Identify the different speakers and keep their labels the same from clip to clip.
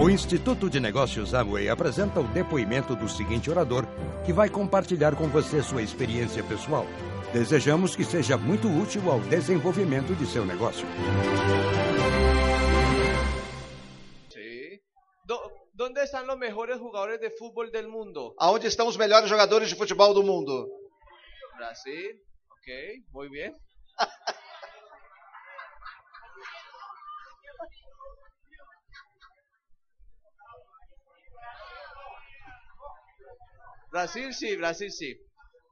Speaker 1: O Instituto de Negócios Amway apresenta o depoimento do seguinte orador, que vai compartilhar com você sua experiência pessoal. Desejamos que seja muito útil ao desenvolvimento de seu negócio.
Speaker 2: Sí. Do- ¿Dónde están los mejores jugadores de fútbol del mundo?
Speaker 3: Aonde estão os melhores jogadores de futebol do mundo?
Speaker 2: Brasil. Ok, muy bien. Brasil sí, Brasil sí.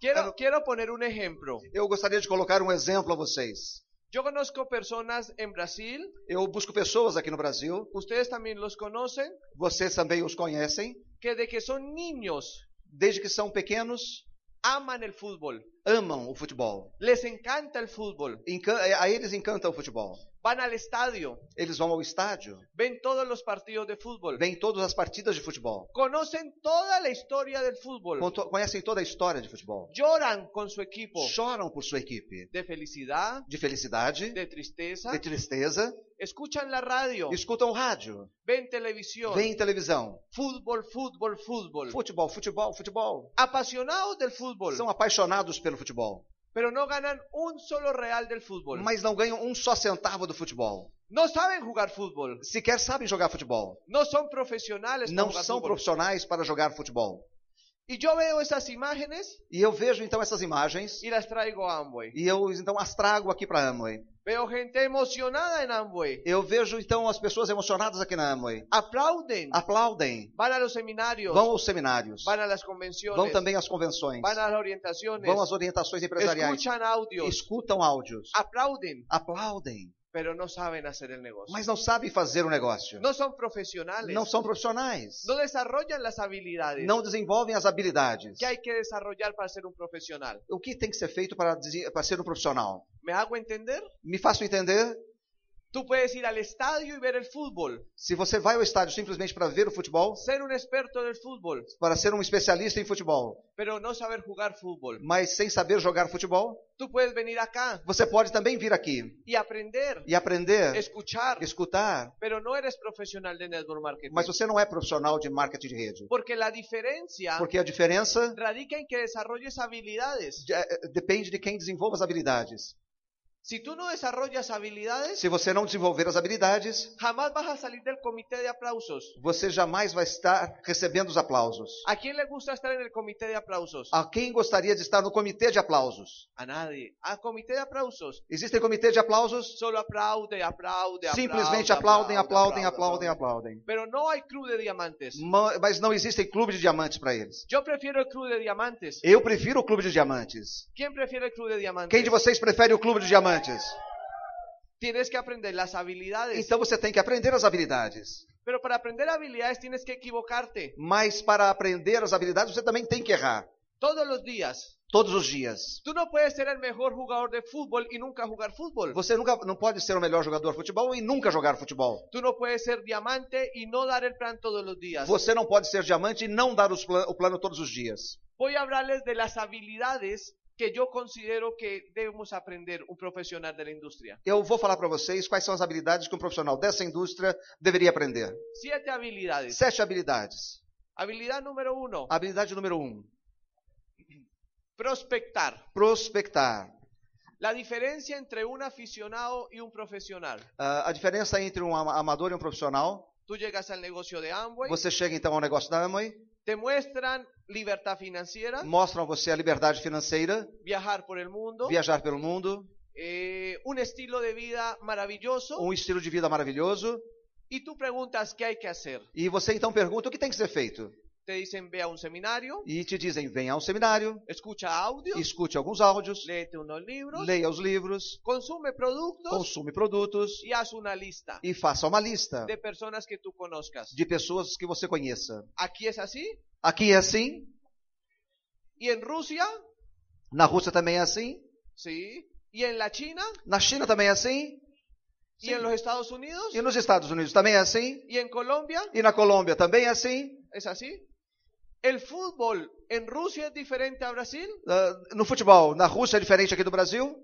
Speaker 2: Quiero, quiero poner un ejemplo.
Speaker 3: Eu gostaria de colocar um exemplo a vocês.
Speaker 2: Yo conozco personas en Brasil,
Speaker 3: Eu busco pessoas aqui no Brasil,
Speaker 2: ustedes también los conocen,
Speaker 3: vocês também os conhecem,
Speaker 2: que de que son niños
Speaker 3: desde que são pequenos,
Speaker 2: aman el fútbol,
Speaker 3: amam o futebol.
Speaker 2: les encanta el fútbol,
Speaker 3: Encan- é, A eles encanta o futebol.
Speaker 2: van al estadio,
Speaker 3: Eles vão ao estádio,
Speaker 2: ven todos los partidos de fútbol,
Speaker 3: veem todas as partidas de futebol,
Speaker 2: conocen toda la historia del fútbol,
Speaker 3: conto- conhecem toda a história de futebol,
Speaker 2: lloran con su equipo
Speaker 3: choram por sua equipe,
Speaker 2: de felicidad,
Speaker 3: de felicidade,
Speaker 2: de tristeza,
Speaker 3: de tristeza,
Speaker 2: escuchan la radio,
Speaker 3: escutam rádio,
Speaker 2: ven televisión,
Speaker 3: veem televisão.
Speaker 2: fútbol, fútbol, fútbol,
Speaker 3: Futebol, futebol, futebol.
Speaker 2: apasionados del fútbol,
Speaker 3: São apaixonados pelo futebol.
Speaker 2: pero no ganan un solo real del fútbol,
Speaker 3: mas não ganham um só centavo do futebol.
Speaker 2: no saben jugar fútbol,
Speaker 3: Sequer sabem jogar futebol.
Speaker 2: no son profesionales, para
Speaker 3: Não
Speaker 2: jugar
Speaker 3: são
Speaker 2: fútbol.
Speaker 3: profissionais para jogar futebol.
Speaker 2: y yo veo esas imágenes
Speaker 3: E eu vejo então essas imagens
Speaker 2: y las traigo a Amway.
Speaker 3: e eu então as trago aqui para Amway.
Speaker 2: Veo gente emocionada en Amway.
Speaker 3: Eu vejo então as pessoas emocionadas aqui na Amway.
Speaker 2: Aplauden.
Speaker 3: Aplaudem,
Speaker 2: Van a los seminarios.
Speaker 3: vão aos seminários,
Speaker 2: van a las convenciones.
Speaker 3: vão também às convenções,
Speaker 2: van a las orientaciones.
Speaker 3: vão às orientações empresariais,
Speaker 2: escuchan audios.
Speaker 3: escutam áudios,
Speaker 2: aplauden.
Speaker 3: aplaudem,
Speaker 2: Pero no saben hacer el negocio.
Speaker 3: mas não sabem fazer o negócio.
Speaker 2: no son profesionales.
Speaker 3: Não são profissionais,
Speaker 2: no desarrollan las habilidades
Speaker 3: não desenvolvem as habilidades.
Speaker 2: que hay que desarrollar para ser un profesional.
Speaker 3: O que tem que ser feito para, dese- para ser um profissional?
Speaker 2: ¿Me hago entender?
Speaker 3: Me faço entender?
Speaker 2: Tú puedes ir al estadio y ver el fútbol.
Speaker 3: Se você vai ao estádio simplesmente para ver o futebol,
Speaker 2: Ser un experto del fútbol.
Speaker 3: para ser um especialista em futebol,
Speaker 2: Pero no saber jugar fútbol.
Speaker 3: mas sem saber jogar futebol,
Speaker 2: Tú puedes venir acá
Speaker 3: você pode também vir aqui
Speaker 2: y aprender.
Speaker 3: e aprender,
Speaker 2: escuchar.
Speaker 3: escutar,
Speaker 2: pero no eres profesional de network marketing.
Speaker 3: mas você não é profissional de marketing de rede.
Speaker 2: Porque la diferencia
Speaker 3: Porque a diferença
Speaker 2: radica en que desarrolles habilidades.
Speaker 3: de- eh, depende de quem desenvolva as habilidades.
Speaker 2: Si tú no desarrollas habilidades,
Speaker 3: Se você não desenvolver as habilidades,
Speaker 2: jamás vas a salir del comité de aplausos.
Speaker 3: você jamais vai estar recebendo os aplausos.
Speaker 2: ¿A quién le gusta estar en el comité de aplausos?
Speaker 3: A quem gostaria de estar no comitê de aplausos?
Speaker 2: A nadie. A comité de aplausos.
Speaker 3: Existem comitê de aplausos?
Speaker 2: Solo aplaude, aplaude, aplaude,
Speaker 3: Simplesmente aplaudem, aplaudem, aplaudem, aplaudem.
Speaker 2: Pero no hay club de diamantes.
Speaker 3: Ma- Mas não existem clube de diamantes para eles.
Speaker 2: Yo prefiero el club de diamantes.
Speaker 3: Eu prefiro o Clube de Diamantes.
Speaker 2: ¿Quién prefiere el club de diamantes?
Speaker 3: Quem de vocês prefere o Clube de Diamantes?
Speaker 2: Tienes que aprender las habilidades.
Speaker 3: Então você tem que aprender as habilidades.
Speaker 2: Pero para aprender habilidades tienes que equivocarte.
Speaker 3: Mas para aprender as habilidades você também tem que errar.
Speaker 2: todos los días.
Speaker 3: Todos os dias.
Speaker 2: Tú no puedes ser el mejor jugador de fútbol y nunca jugar fútbol.
Speaker 3: Você nunca, não pode ser o melhor jogador de futebol e nunca jogar futebol.
Speaker 2: Tú no puedes ser diamante y no dar el plan todos los días.
Speaker 3: Você não pode ser diamante e não dar os pla- o plano todos os dias.
Speaker 2: Voy a hablarles de las habilidades que yo considero que debemos aprender un profesional de la industria.
Speaker 3: Eu vou falar para vocês quais são as habilidades que um profissional dessa indústria deveria aprender.
Speaker 2: Siete habilidades.
Speaker 3: Sete habilidades.
Speaker 2: Habilidad número uno,
Speaker 3: Habilidade número um:
Speaker 2: prospectar.
Speaker 3: prospectar.
Speaker 2: La diferencia entre un aficionado y un profesional.
Speaker 3: Ah, a diferença entre um ama- amador e um profissional.
Speaker 2: Tú llegas al negocio de Amway,
Speaker 3: Você chega então ao negócio da Amway,
Speaker 2: te muestran libertad financiera,
Speaker 3: mostram a você a liberdade financeira,
Speaker 2: viajar por el mundo,
Speaker 3: viajar pelo mundo,
Speaker 2: eh, un estilo de vida maravilloso.
Speaker 3: um estilo de vida maravilhoso,
Speaker 2: Y tú preguntas qué hay que hacer.
Speaker 3: e você então pergunta o que tem que ser feito.
Speaker 2: Te dicen ve a un seminario,
Speaker 3: e te dizem: venha a um seminário,
Speaker 2: escucha audios,
Speaker 3: escute alguns áudios,
Speaker 2: léete unos libros,
Speaker 3: leia os livros,
Speaker 2: consume productos
Speaker 3: consume produtos
Speaker 2: y haz una lista
Speaker 3: e faça uma lista
Speaker 2: de personas que tú conozcas.
Speaker 3: de pessoas que você conheça.
Speaker 2: Aquí es así
Speaker 3: Aqui é assim,
Speaker 2: y en Rusia,
Speaker 3: na Rússia também é assim,
Speaker 2: sí, y en la China
Speaker 3: na China também é assim,
Speaker 2: y en los Estados Unidos
Speaker 3: e nos Estados Unidos também é assim,
Speaker 2: y en Colombia
Speaker 3: e na Colômbia também é assim.
Speaker 2: es así. El fútbol en Rusia es diferente a Brasil?
Speaker 3: Ah, no futebol, na Rússia é diferente aqui do Brasil?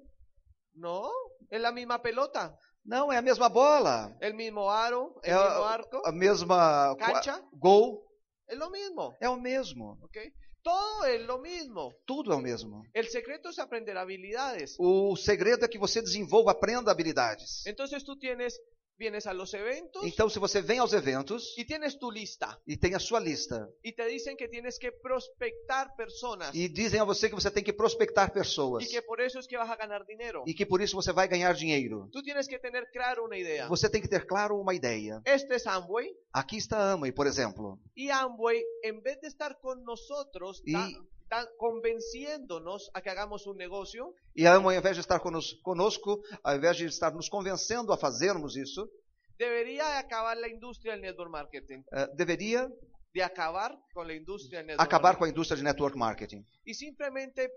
Speaker 2: No, es la misma pelota,
Speaker 3: Não, é a mesma bola.
Speaker 2: el mismo aro, el
Speaker 3: É
Speaker 2: mismo
Speaker 3: a,
Speaker 2: arco,
Speaker 3: a mesma
Speaker 2: Cancha?
Speaker 3: qua- gol.
Speaker 2: es lo mismo,
Speaker 3: É o mesmo.
Speaker 2: ¿ok? Todo es lo mismo.
Speaker 3: Tudo é o mesmo.
Speaker 2: El secreto es aprender habilidades.
Speaker 3: O segredo é que você desenvolva, aprenda habilidades.
Speaker 2: Entonces tú tienes, vienes a los eventos
Speaker 3: Então, se você vem aos eventos
Speaker 2: y tienes tu lista
Speaker 3: e tem a sua lista
Speaker 2: y te dicen que tienes que prospectar personas
Speaker 3: e dizem a você que você tem que prospectar pessoas
Speaker 2: y que é por eso es que vas a ganar dinero.
Speaker 3: e que por isso você vai ganhar dinheiro,
Speaker 2: Tú tienes que tener claro una idea.
Speaker 3: você tem que ter claro uma ideia.
Speaker 2: Este es Amway
Speaker 3: Aqui está a Amway, por exemplo.
Speaker 2: y Amway, en vez de estar con nosotros,
Speaker 3: Y-
Speaker 2: da- da- convenciéndonos a que hagamos un negocio,
Speaker 3: E a Amway, ao invés de estar conos- conosco, ao invés de estar nos convencendo a fazermos isso,
Speaker 2: debería de acabar la industria del network marketing,
Speaker 3: eh, deveria
Speaker 2: de acabar con la industria del network
Speaker 3: acabar com
Speaker 2: marketing
Speaker 3: a indústria de network marketing
Speaker 2: y simplemente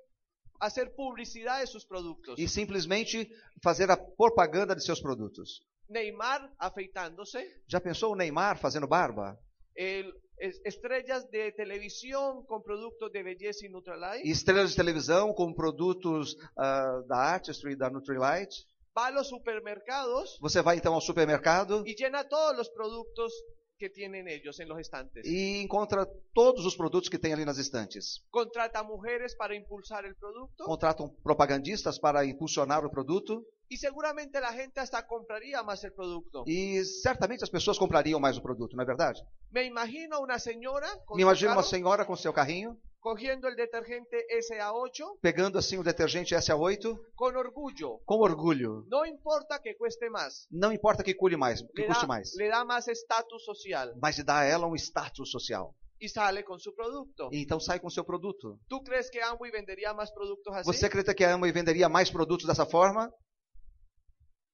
Speaker 2: hacer publicidad de sus productos.
Speaker 3: e simplesmente fazer a propaganda de seus produtos.
Speaker 2: Neymar afeitándose,
Speaker 3: Já pensou o Neymar fazendo barba?
Speaker 2: el- es- estrellas de televisión con productos de belleza y Nutralight,
Speaker 3: Estrelas de televisão com produtos ah, da Artistry, da Nutrilite.
Speaker 2: va a los supermercados
Speaker 3: Você vai então ao supermercado
Speaker 2: y llena todos los productos que tienen ellos en los estantes.
Speaker 3: e encontra todos os produtos que tem ali nas estantes.
Speaker 2: Contrata mujeres para impulsar el producto
Speaker 3: Contratam propagandistas para impulsionar o produto
Speaker 2: y seguramente la gente hasta compraría más el producto.
Speaker 3: e certamente as pessoas comprariam mais o produto, não é verdade?
Speaker 2: Me imagino una señora con
Speaker 3: Me
Speaker 2: su
Speaker 3: imagino uma
Speaker 2: carro,
Speaker 3: senhora com seu carrinho,
Speaker 2: cogiendo el detergente SA8
Speaker 3: pegando assim o detergente SA8
Speaker 2: con orgullo.
Speaker 3: com orgulho.
Speaker 2: No importa que cueste más,
Speaker 3: Não importa que cure mais, que
Speaker 2: le
Speaker 3: custe
Speaker 2: da,
Speaker 3: mais,
Speaker 2: le da más estatus social
Speaker 3: mas dá a ela um status social.
Speaker 2: y sale con su producto.
Speaker 3: E então sai com seu produto.
Speaker 2: ¿Tú crees que Amway vendería más productos así?
Speaker 3: Você acredita que a Amway venderia mais produtos dessa forma?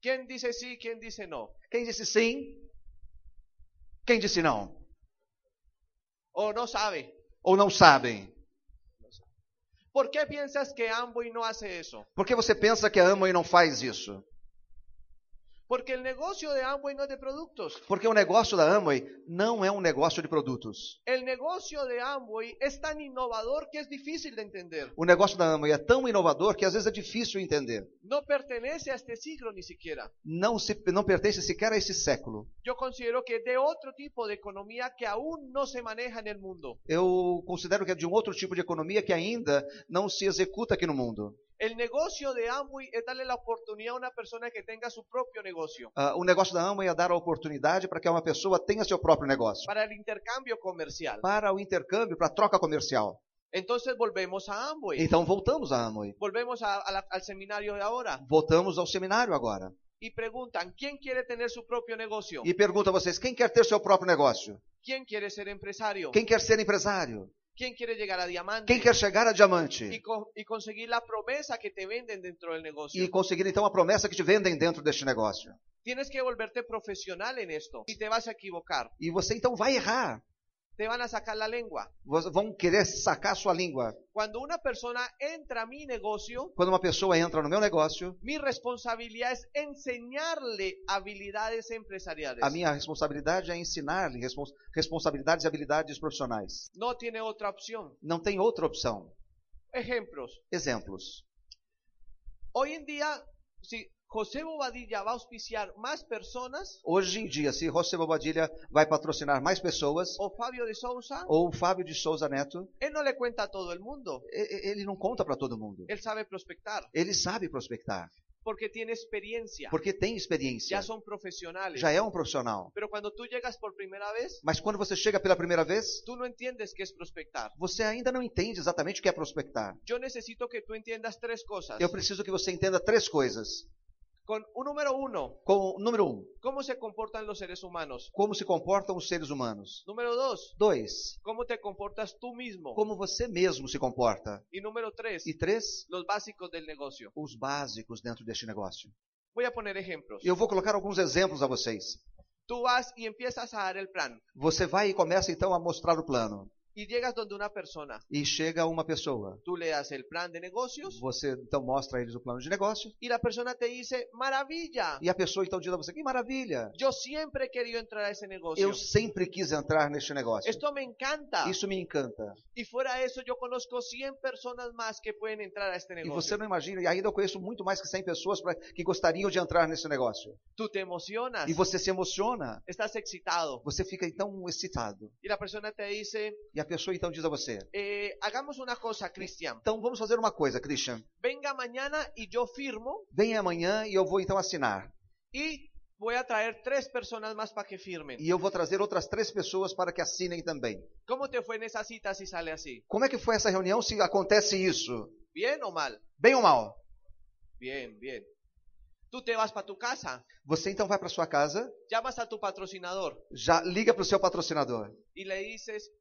Speaker 2: ¿Quién dice sí, quién dice no?
Speaker 3: Quem disse sim? Quem disse não?
Speaker 2: ¿O no sabe?
Speaker 3: Ou não sabem?
Speaker 2: ¿Por qué piensas que Amway no hace eso?
Speaker 3: Por que você pensa que a Amway não faz isso?
Speaker 2: Porque el negocio de Amway no es de productos.
Speaker 3: Porque o negócio da Amway não é um negócio de produtos.
Speaker 2: El negocio de Amway es tan innovador que es difícil de entender.
Speaker 3: O negócio da Amway é tão inovador que às vezes é difícil entender.
Speaker 2: No pertenece a este siglo ni siquiera.
Speaker 3: Não, se, não pertence sequer a esse século.
Speaker 2: Yo considero que es de otro tipo de economía que aún no se maneja en el mundo.
Speaker 3: Eu considero que é de um outro tipo de economia que ainda não se executa aqui no mundo.
Speaker 2: El negocio de Amway es darle la oportunidad a una persona que tenga su propio negocio
Speaker 3: Ah, o negócio da Amway é dar a oportunidade para que uma pessoa tenha seu próprio negócio.
Speaker 2: para el intercambio comercial.
Speaker 3: Para o intercâmbio, para a troca comercial.
Speaker 2: Entonces volvemos a Amway.
Speaker 3: Então voltamos à Amway.
Speaker 2: Volvemos a- a la- al seminario de ahora
Speaker 3: Voltamos ao seminário agora.
Speaker 2: y preguntan, ¿quién quiere tener su propio negocio?
Speaker 3: E pergunto a vocês, quem quer ter seu próprio negócio?
Speaker 2: ¿Quién quiere ser empresario?
Speaker 3: Quem quer ser empresário?
Speaker 2: ¿Quién quiere llegar a diamante?
Speaker 3: Quem quer chegar a diamante?
Speaker 2: Y, co- y conseguir la promesa que te venden dentro del negocio.
Speaker 3: e conseguir então a promessa que te vendem dentro deste negócio.
Speaker 2: Tienes que volverte profesional en esto y te vas a equivocar.
Speaker 3: E você então vai errar.
Speaker 2: Te van a sacar la lengua.
Speaker 3: Vo- Vão querer sacar sua língua.
Speaker 2: Cuando una persona entra a mi negocio,
Speaker 3: Quando uma pessoa entra no meu negócio,
Speaker 2: mi responsabilidad es enseñarle habilidades empresariales.
Speaker 3: a minha responsabilidade é ensinar-lhe respons- responsabilidades e habilidades profissionais.
Speaker 2: No tiene otra opción.
Speaker 3: Não tem outra opção.
Speaker 2: Ejemplos.
Speaker 3: Exemplos.
Speaker 2: Hoy en día, si José Bobadilla va a auspiciar más personas,
Speaker 3: Hoje em dia, se José Bobadilha vai patrocinar mais pessoas,
Speaker 2: o Fabio de Sousa,
Speaker 3: ou o Fábio de Souza Neto,
Speaker 2: él no le cuenta a todo el mundo.
Speaker 3: e- e- ele não conta para todo mundo.
Speaker 2: Él sabe prospectar
Speaker 3: Ele sabe prospectar,
Speaker 2: porque tiene experiencia.
Speaker 3: porque tem
Speaker 2: ya
Speaker 3: experiência,
Speaker 2: son profesionales.
Speaker 3: já é um profissional.
Speaker 2: Pero cuando tú llegas por primera vez,
Speaker 3: Mas quando você chega pela primeira vez,
Speaker 2: tú no entiendes qué es prospectar.
Speaker 3: você ainda não entende exatamente o que é prospectar.
Speaker 2: Yo necesito que tú entiendas tres cosas.
Speaker 3: Eu preciso que você entenda três coisas.
Speaker 2: Con o número uno,
Speaker 3: Com, número um,
Speaker 2: ¿cómo se comportan los seres humanos?
Speaker 3: como se comportam os seres humanos.
Speaker 2: Número dos,
Speaker 3: Dois,
Speaker 2: ¿cómo te comportas tú mismo?
Speaker 3: como você mesmo se comporta.
Speaker 2: Y número tres,
Speaker 3: E três,
Speaker 2: los básicos del negocio.
Speaker 3: os básicos dentro deste negócio.
Speaker 2: Voy a poner ejemplos.
Speaker 3: Eu vou colocar alguns exemplos a vocês.
Speaker 2: Tú vas y empiezas a dar el plan
Speaker 3: Você vai e começa então a mostrar o plano.
Speaker 2: y llegas donde una persona.
Speaker 3: E chega uma pessoa.
Speaker 2: Tú le das el plan de negocios
Speaker 3: Você então mostra a eles o plano de negócio.
Speaker 2: y la persona te dice, maravilla,
Speaker 3: E a pessoa então diz a você: Que maravilha!
Speaker 2: yo siempre he querido entrar a ese negocio.
Speaker 3: Eu sempre quis entrar neste negócio.
Speaker 2: Esto me encanta.
Speaker 3: Isso me encanta.
Speaker 2: Y fuera de eso, yo conozco 100 personas más que pueden entrar a este
Speaker 3: E
Speaker 2: negocio.
Speaker 3: você não imagina, e ainda eu conheço muito mais que 100 pessoas pra- que gostariam de entrar nesse negócio.
Speaker 2: Tú te emocionas,
Speaker 3: E você se emociona,
Speaker 2: estás excitado.
Speaker 3: você fica então excitado.
Speaker 2: Y la persona te dice,
Speaker 3: E a pessoa então diz a você:
Speaker 2: eh, hagamos una cosa, Cristian.
Speaker 3: Então vamos fazer uma coisa, Christian.
Speaker 2: Venga mañana y yo firmo
Speaker 3: Vem amanhã e eu vou então assinar.
Speaker 2: y voy a traer tres personas más para que firmen.
Speaker 3: E eu vou trazer outras três pessoas para que assinem também.
Speaker 2: ¿Cómo te fue en esa cita si sale así?
Speaker 3: Como é que foi essa reunião se acontece isso?
Speaker 2: ¿Bien o mal?
Speaker 3: Bem ou mal?
Speaker 2: Bien, bien. Tú te vas para tu casa,
Speaker 3: Você então vai para sua casa,
Speaker 2: llamas a tu patrocinador
Speaker 3: já liga para o seu patrocinador.
Speaker 2: y le dices,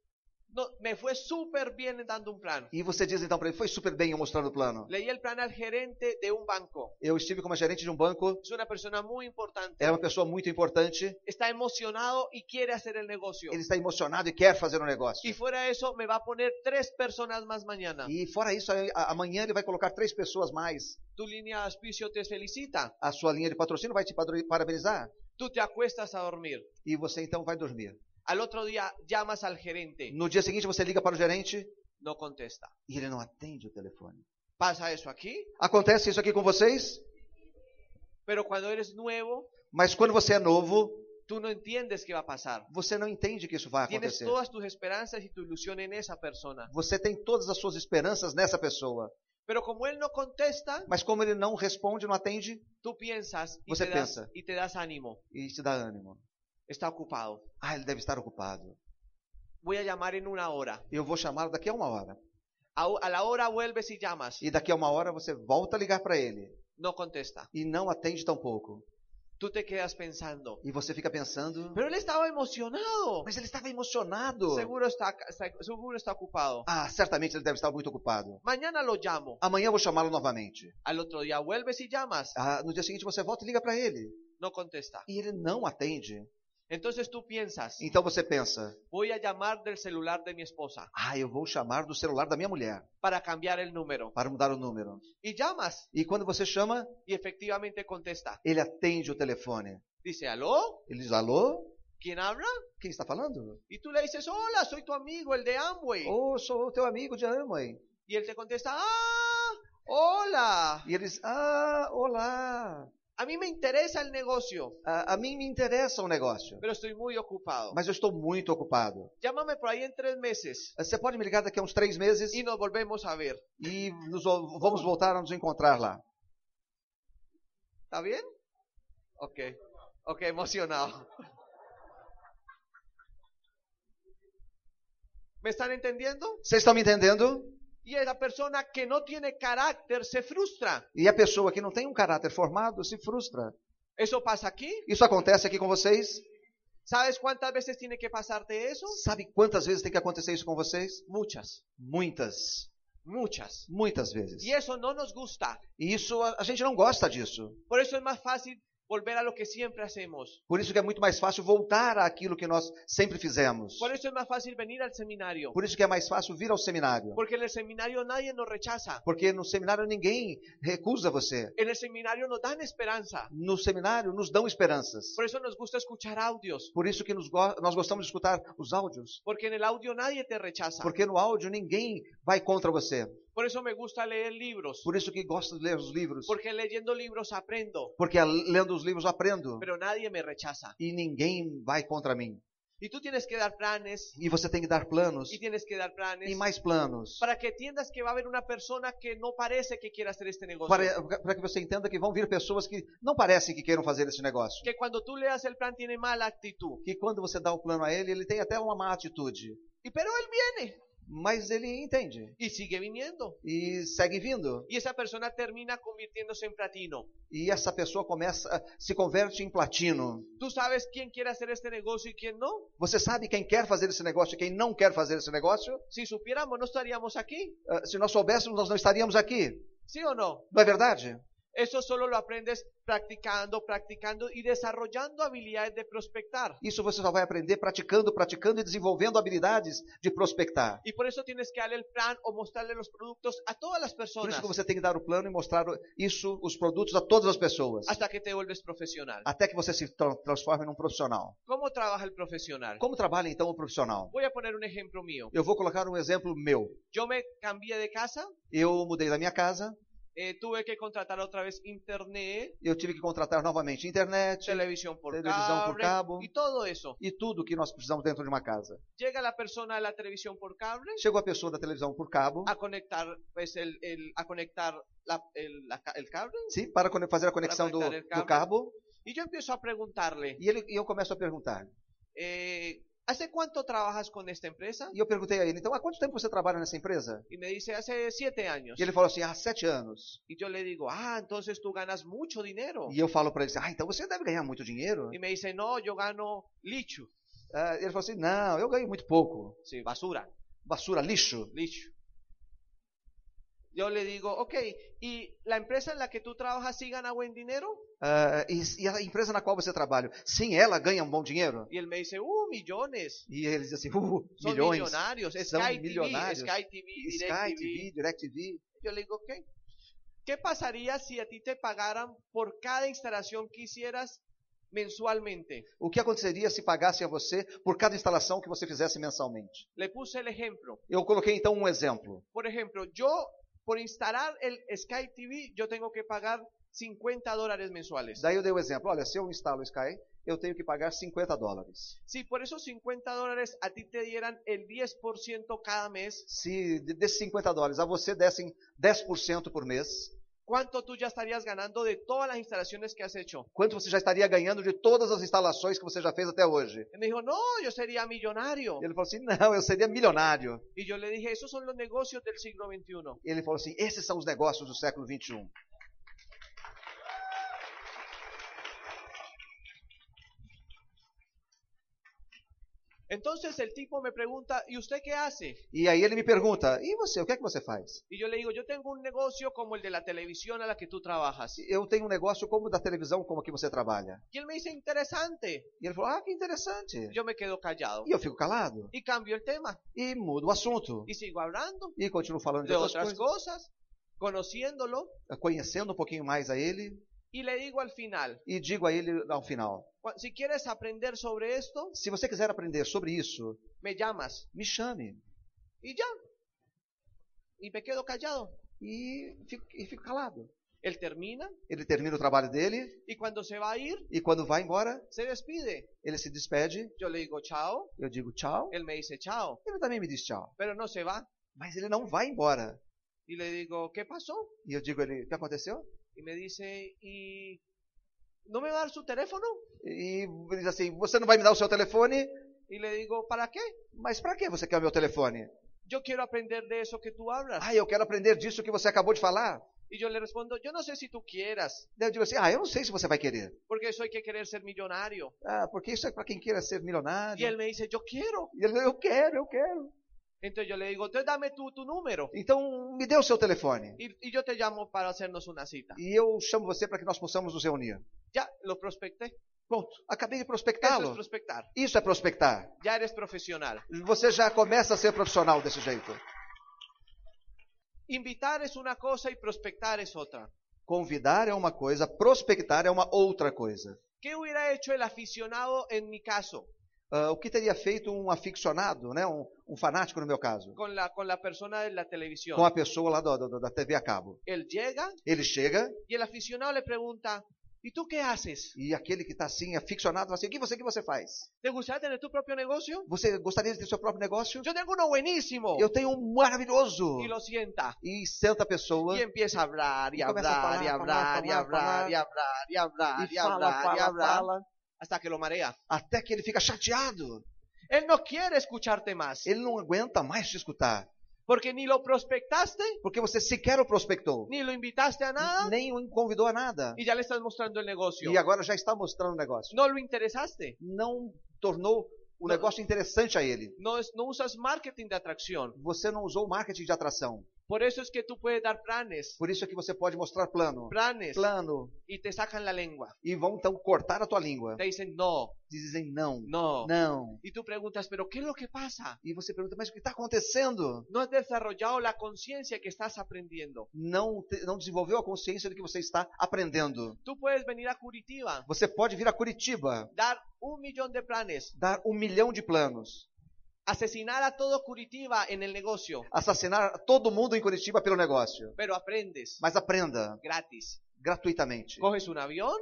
Speaker 2: no, me fue súper bien dando un plan.
Speaker 3: E você diz então para ele: Foi super bem eu mostrando o plano.
Speaker 2: Leí el plan al gerente de un banco.
Speaker 3: Eu estive como gerente de um banco,
Speaker 2: Es una persona muy importante.
Speaker 3: era uma pessoa muito importante.
Speaker 2: está emocionado y quiere hacer el negocio.
Speaker 3: Ele está emocionado e quer fazer um negócio.
Speaker 2: Y fuera de eso, me va a poner tres personas más mañana.
Speaker 3: E fora isso, a- a- amanhã ele vai colocar três pessoas mais.
Speaker 2: Tu línea de auspicio te felicita.
Speaker 3: A sua linha de patrocínio vai te padro- parabenizar.
Speaker 2: Tú te acuestas a dormir.
Speaker 3: E você então vai dormir.
Speaker 2: Al otro día llamas al gerente.
Speaker 3: No dia seguinte você liga para o gerente
Speaker 2: No contesta.
Speaker 3: e ele não atende o telefone.
Speaker 2: Pasa eso aquí,
Speaker 3: Acontece isso aqui com vocês?
Speaker 2: pero cuando eres nuevo,
Speaker 3: Mas quando você é novo,
Speaker 2: tú no entiendes qué va a pasar.
Speaker 3: você não entende que isso vai
Speaker 2: Tienes
Speaker 3: acontecer.
Speaker 2: todas tus esperanzas y tu ilusión en esa persona.
Speaker 3: Você tem todas as suas esperanças nessa pessoa.
Speaker 2: Pero como él no contesta,
Speaker 3: Mas como ele não responde, não atende,
Speaker 2: tú piensas y,
Speaker 3: Você
Speaker 2: te das,
Speaker 3: pensa.
Speaker 2: y te das ânimo.
Speaker 3: e te dá ânimo.
Speaker 2: Está ocupado.
Speaker 3: Ah, ele deve estar ocupado.
Speaker 2: Voy a llamar en una hora.
Speaker 3: Eu vou chamá-lo daqui a uma hora.
Speaker 2: A, a la hora vuelves y llamas.
Speaker 3: E daqui a uma hora você volta a ligar para ele.
Speaker 2: No contesta.
Speaker 3: E não atende tampouco.
Speaker 2: tú te quedas pensando.
Speaker 3: E você fica pensando.
Speaker 2: Pero él estaba emocionado.
Speaker 3: Mas ele estava emocionado.
Speaker 2: Seguro está, está- seguro está ocupado.
Speaker 3: Ah, certamente ele deve estar muito ocupado.
Speaker 2: Mañana lo llamo.
Speaker 3: Amanhã eu vou chamá-lo novamente.
Speaker 2: Al otro día vuelves y llamas.
Speaker 3: Ah, no dia seguinte você volta e liga para ele.
Speaker 2: No contesta.
Speaker 3: E ele não atende.
Speaker 2: Entonces tú piensas,
Speaker 3: Então você pensa:
Speaker 2: voy a llamar del celular de mi esposa
Speaker 3: ah, eu vou chamar do celular da minha mulher
Speaker 2: para cambiar el número.
Speaker 3: para mudar o número.
Speaker 2: Y llamas
Speaker 3: E quando você chama,
Speaker 2: y efectivamente contesta.
Speaker 3: ele atende o telefone.
Speaker 2: Dice, ¿aló?
Speaker 3: Ele diz: alô?
Speaker 2: ¿Quién habla?
Speaker 3: Quem está falando?
Speaker 2: Y tú le dices, hola, soy tu amigo, el de Amway.
Speaker 3: Oh, sou o teu amigo de Amway.
Speaker 2: Y él te contesta, ah, hola.
Speaker 3: E eles: ah, olá.
Speaker 2: A mí me interesa el negocio,
Speaker 3: A, a mim me interessa o negócio,
Speaker 2: pero estoy muy ocupado.
Speaker 3: mas eu estou muito ocupado. "Eh,
Speaker 2: Llámame por ahí en tres meses.
Speaker 3: Você pode me ligar daqui a uns três meses
Speaker 2: y nos volvemos a ver.
Speaker 3: e nos, vamos voltar a nos encontrar lá.
Speaker 2: ¿Está bien? Ok, ok, emocionado. ¿Me están entendiendo?
Speaker 3: Vocês estão me entendendo?
Speaker 2: Y la persona que no tiene carácter se frustra.
Speaker 3: E a pessoa que não tem um caráter formado se frustra.
Speaker 2: ¿Eso pasa aquí?
Speaker 3: Isso acontece aqui com vocês?
Speaker 2: ¿Sabes cuántas veces tiene que pasarte eso?
Speaker 3: Sabe quantas vezes tem que acontecer isso com vocês?
Speaker 2: Muchas,
Speaker 3: Muitas.
Speaker 2: muchas.
Speaker 3: Muitas vezes.
Speaker 2: Y eso no nos gusta.
Speaker 3: E isso, a, a gente não gosta disso.
Speaker 2: Por eso es más fácil volver a lo que siempre hacemos.
Speaker 3: Por isso que é muito mais fácil voltar àquilo que nós sempre fizemos.
Speaker 2: Por eso es más fácil venir al seminario.
Speaker 3: Por isso que é mais fácil vir ao seminário.
Speaker 2: Porque en el seminario nadie nos rechaza.
Speaker 3: Porque no seminário ninguém recusa você.
Speaker 2: En el seminario nos dan esperanza.
Speaker 3: No seminário nos dão esperanças.
Speaker 2: Por eso nos gusta escuchar audios,
Speaker 3: Por isso que nos go- nós gostamos de escutar os áudios.
Speaker 2: porque en el audio nadie te rechaza.
Speaker 3: Porque no áudio ninguém vai contra você.
Speaker 2: Por eso me gusta leer libros,
Speaker 3: Por isso que gosto de ler os livros.
Speaker 2: porque leyendo libros aprendo,
Speaker 3: Porque a- lendo os livros eu aprendo.
Speaker 2: pero nadie me rechaza.
Speaker 3: E ninguém vai contra mim.
Speaker 2: Y tú tienes que dar planes,
Speaker 3: E você tem que dar planos.
Speaker 2: y tienes que dar
Speaker 3: E
Speaker 2: planes,
Speaker 3: mais planos.
Speaker 2: para que entiendas que va a haber una persona que no parece que quiera hacer este negocio.
Speaker 3: Para, para que você entenda que vão vir pessoas que não parecem que queiram fazer esse negócio.
Speaker 2: Que cuando tú leas el plan tiene mala actitud.
Speaker 3: Que quando você dá o plano a ele, ele tem até uma má atitude.
Speaker 2: Y pero él viene,
Speaker 3: mas ele entende
Speaker 2: y sigue viniendo.
Speaker 3: e segue vindo.
Speaker 2: Y esa persona termina convirtiéndose en platino.
Speaker 3: E essa pessoa começa, se converte em platino.
Speaker 2: Tú sabes quién quiere hacer este negocio y quién no.
Speaker 3: Você sabe quem quer fazer esse negócio e quem não quer fazer esse negócio?
Speaker 2: Si supiéramos, no estaríamos aquí.
Speaker 3: Ah, se nós soubéssemos, nós não estaríamos aqui.
Speaker 2: ¿Sí o no?
Speaker 3: Não é verdade?
Speaker 2: Eso solo lo aprendes practicando, practicando y desarrollando habilidades de prospectar.
Speaker 3: Isso você só vai aprender praticando, praticando e desenvolvendo habilidades de prospectar.
Speaker 2: Y por eso tienes que darle el plan o mostrarle los productos a todas las
Speaker 3: Por
Speaker 2: personas
Speaker 3: isso que você tem que dar o plano e mostrar o- isso, os produtos a todas as pessoas.
Speaker 2: hasta que te vuelves profesional.
Speaker 3: Até que você se tra- transforme num profissional.
Speaker 2: ¿Cómo trabaja el profesional?
Speaker 3: Como trabalha então o profissional?
Speaker 2: Voy a poner un ejemplo mío.
Speaker 3: Eu vou colocar um exemplo meu.
Speaker 2: Yo me cambié de casa,
Speaker 3: Eu mudei da minha casa,
Speaker 2: eh, tuve que contratar otra vez internet,
Speaker 3: eu tive que contratar novamente internet
Speaker 2: televisión por,
Speaker 3: Televisión por
Speaker 2: cable,
Speaker 3: cabo.
Speaker 2: y todo eso.
Speaker 3: e tudo que nós precisamos dentro de uma casa.
Speaker 2: Llega la persona de la televisión por cable
Speaker 3: Chegou a pessoa da televisão por cabo,
Speaker 2: a conectar, pues, el, el- a conectar la- el, la ca- el cable
Speaker 3: sim, para cone- fazer a conexão do,
Speaker 2: conectar el
Speaker 3: do cabo,
Speaker 2: y yo empiezo a preguntarle,
Speaker 3: e, ele, e eu começo a perguntar.
Speaker 2: eh, ¿hace cuánto trabajas con esta empresa?
Speaker 3: E eu perguntei a ele, então há quanto tempo você trabalha nessa empresa?
Speaker 2: Y me dice, hace siete años.
Speaker 3: E ele falou assim, há sete anos.
Speaker 2: Y yo le digo, ah, entonces tú ganas mucho dinero.
Speaker 3: E eu falo para ele assim, ah, então você deve ganhar muito dinheiro.
Speaker 2: Y me dice, no, yo gano licho.
Speaker 3: Ah, ele falou assim, não, eu ganho muito pouco.
Speaker 2: Sí, basura,
Speaker 3: Basura, lixo.
Speaker 2: licho. Yo le digo, ok, ¿y la empresa en la que tú trabajas sí gana buen dinero?
Speaker 3: Ah, e, e a empresa na qual você trabalha, sim, ela ganha um bom dinheiro?
Speaker 2: Y él me dice, uh, millones.
Speaker 3: E ele diz assim, uh,
Speaker 2: Son
Speaker 3: milhões.
Speaker 2: millonarios, Sky
Speaker 3: Son
Speaker 2: TV,
Speaker 3: millonarios.
Speaker 2: Sky TV,
Speaker 3: Sky
Speaker 2: DirecTV.
Speaker 3: TV, DirecTV.
Speaker 2: Yo le digo, ok. ¿Qué pasaría si a ti te pagaran por cada instalación que hicieras mensualmente?
Speaker 3: O que aconteceria se pagassem a você por cada instalação que você fizesse mensalmente?
Speaker 2: Le puse el ejemplo.
Speaker 3: Eu coloquei então um exemplo.
Speaker 2: Por ejemplo, yo por instalar el Sky TV, yo tengo que pagar 50 dólares mensuales.
Speaker 3: Daí eu dei o exemplo, olha, se eu instalo o Sky, eu tenho que pagar 50 dólares.
Speaker 2: Si por esos 50 dólares a ti te dieran el 10% cada mes,
Speaker 3: Se de- desses 50 dólares a você dessem 10% por mês,
Speaker 2: ¿cuánto tú ya estarías ganando de todas las instalaciones que has hecho?
Speaker 3: quanto você já estaria ganhando de todas as instalações que você já fez até hoje?
Speaker 2: Él me dijo, no, yo sería millonario.
Speaker 3: Ele falou assim, não, eu seria milionário.
Speaker 2: Y yo le dije, esos son los negocios del siglo XXI.
Speaker 3: Ele falou assim, esses são os negócios do século 21.
Speaker 2: Entonces el tipo me pregunta, ¿y usted qué hace?
Speaker 3: E aí ele me pergunta, e você, o que é que você faz?
Speaker 2: Y yo le digo, yo tengo un negocio como el de la televisión a la que tú trabajas.
Speaker 3: Eu tenho um negócio como o da televisão, como a que você trabalha.
Speaker 2: Y él me dice, interesante.
Speaker 3: E ele falou, ah, que interessante.
Speaker 2: Yo me quedo callado.
Speaker 3: E eu fico calado.
Speaker 2: Y cambio el tema.
Speaker 3: E mudo o assunto.
Speaker 2: Y sigo hablando
Speaker 3: E continuo falando de
Speaker 2: de
Speaker 3: outras
Speaker 2: otras
Speaker 3: coisas,
Speaker 2: cosas, conociéndolo.
Speaker 3: conhecendo um pouquinho mais a ele.
Speaker 2: Y le digo al final,
Speaker 3: E digo a ele ao final,
Speaker 2: "Cu- si quieres aprender sobre esto,
Speaker 3: se você quiser aprender sobre isso,
Speaker 2: me llamas.
Speaker 3: me chame.
Speaker 2: Y ya. Y me quedo callado.
Speaker 3: E fico, e fico calado.
Speaker 2: Él termina
Speaker 3: Ele termina o trabalho dele
Speaker 2: y cuando se va a ir,
Speaker 3: e quando vai embora,
Speaker 2: se despide.
Speaker 3: ele se despede.
Speaker 2: Yo le digo chao.
Speaker 3: Eu digo tchau.
Speaker 2: Él me dice chao,
Speaker 3: Ele também me diz tchau.
Speaker 2: pero no se va.
Speaker 3: Mas ele não vai embora.
Speaker 2: Y le digo, ¿qué pasó?
Speaker 3: E eu digo a ele, o que aconteceu?
Speaker 2: Y me dice, ¿y no me va a dar su teléfono?
Speaker 3: E ele diz assim, você não vai me dar o seu telefone?
Speaker 2: Y le digo, ¿para qué?
Speaker 3: Mas pra que você quer o meu telefone?
Speaker 2: Yo quiero aprender de eso que tú hablas.
Speaker 3: Ah, eu quero aprender disso que você acabou de falar.
Speaker 2: Y yo le respondo, yo no sé si tú quieras,
Speaker 3: Daí eu digo assim, ah, eu não sei se você vai querer.
Speaker 2: porque eso hay que querer ser millonario.
Speaker 3: Ah, porque isso é para quem queira ser milionário.
Speaker 2: Y él me dice, yo quiero.
Speaker 3: E ele, eu quero, eu quero.
Speaker 2: Entonces yo le digo, entonces dame tu, tu número
Speaker 3: Então, me dê o seu telefone.
Speaker 2: y, y yo te llamo para hacernos una cita.
Speaker 3: E eu chamo você para que nós possamos nos reunir.
Speaker 2: Ya, lo prospecté.
Speaker 3: Pronto, acabei de
Speaker 2: Eso es
Speaker 3: prospectá-lo.
Speaker 2: prospectar.
Speaker 3: Isso é prospectar.
Speaker 2: Ya eres profesional.
Speaker 3: Você já começa a ser profissional desse jeito.
Speaker 2: Invitar es una cosa y prospectar es otra.
Speaker 3: Convidar é uma coisa, prospectar é uma outra coisa.
Speaker 2: ¿Qué hubiera hecho el aficionado en mi caso
Speaker 3: Ah, o que teria feito um aficionado, né, um, um fanático no meu caso,
Speaker 2: con la, con la persona de la televisión?
Speaker 3: com a pessoa lá do- do- da TV a cabo?
Speaker 2: Él llega
Speaker 3: Ele chega
Speaker 2: y el aficionado le pregunta, ¿y tú qué haces?
Speaker 3: e aquele que está assim, aficionado, fala assim, o que você, o que você faz?
Speaker 2: ¿Te gustaría tener tu propio negocio?
Speaker 3: Você gostaria de ter seu próprio negócio?
Speaker 2: Yo tengo uno
Speaker 3: é
Speaker 2: buenísimo.
Speaker 3: Eu tenho um maravilhoso.
Speaker 2: Y lo sienta.
Speaker 3: E é senta a pessoa
Speaker 2: Y empieza a hablar y
Speaker 3: Y comienza a
Speaker 2: hablar y
Speaker 3: falar,
Speaker 2: hablar
Speaker 3: falar,
Speaker 2: y
Speaker 3: falar,
Speaker 2: hablar
Speaker 3: falar.
Speaker 2: y hablar y hablar
Speaker 3: e
Speaker 2: y
Speaker 3: fala,
Speaker 2: hablar y
Speaker 3: fala,
Speaker 2: hablar
Speaker 3: fala,
Speaker 2: hasta que lo marea.
Speaker 3: até que ele fica chateado.
Speaker 2: Él no quiere escucharte más,
Speaker 3: Ele não aguenta mais te escutar.
Speaker 2: porque ni lo prospectaste,
Speaker 3: Porque você sequer o prospectou.
Speaker 2: ni lo invitaste a nada,
Speaker 3: Nem o convidou a nada.
Speaker 2: y ya le estás mostrando el negocio.
Speaker 3: E agora já está mostrando o negócio.
Speaker 2: No lo interesaste.
Speaker 3: Não tornou o negócio interessante a ele.
Speaker 2: No, es- no usas marketing de atracción.
Speaker 3: Você não usou o marketing de atração.
Speaker 2: Por eso es que tú puedes dar planes,
Speaker 3: Por isso é que você pode mostrar plano.
Speaker 2: planes,
Speaker 3: Plano.
Speaker 2: y te sacan la lengua.
Speaker 3: E vão então cortar a tua língua.
Speaker 2: Te dicen no,
Speaker 3: Dizem não.
Speaker 2: no.
Speaker 3: Não.
Speaker 2: Y tú preguntas, ¿pero qué es lo que pasa?
Speaker 3: E você pergunta, mas o que está acontecendo?
Speaker 2: No has desarrollado la conciencia que estás aprendiendo.
Speaker 3: Não, te- não desenvolveu a consciência do que você está aprendendo.
Speaker 2: Tú puedes venir a Curitiba,
Speaker 3: Você pode vir a Curitiba,
Speaker 2: dar un millón de planes,
Speaker 3: dar um milhão de planos,
Speaker 2: asesinar a todo Curitiba en el negocio,
Speaker 3: assassinar todo mundo em Curitiba pelo negócio.
Speaker 2: pero aprendes
Speaker 3: Mas aprenda
Speaker 2: gratis.
Speaker 3: gratuitamente.
Speaker 2: Coges un avión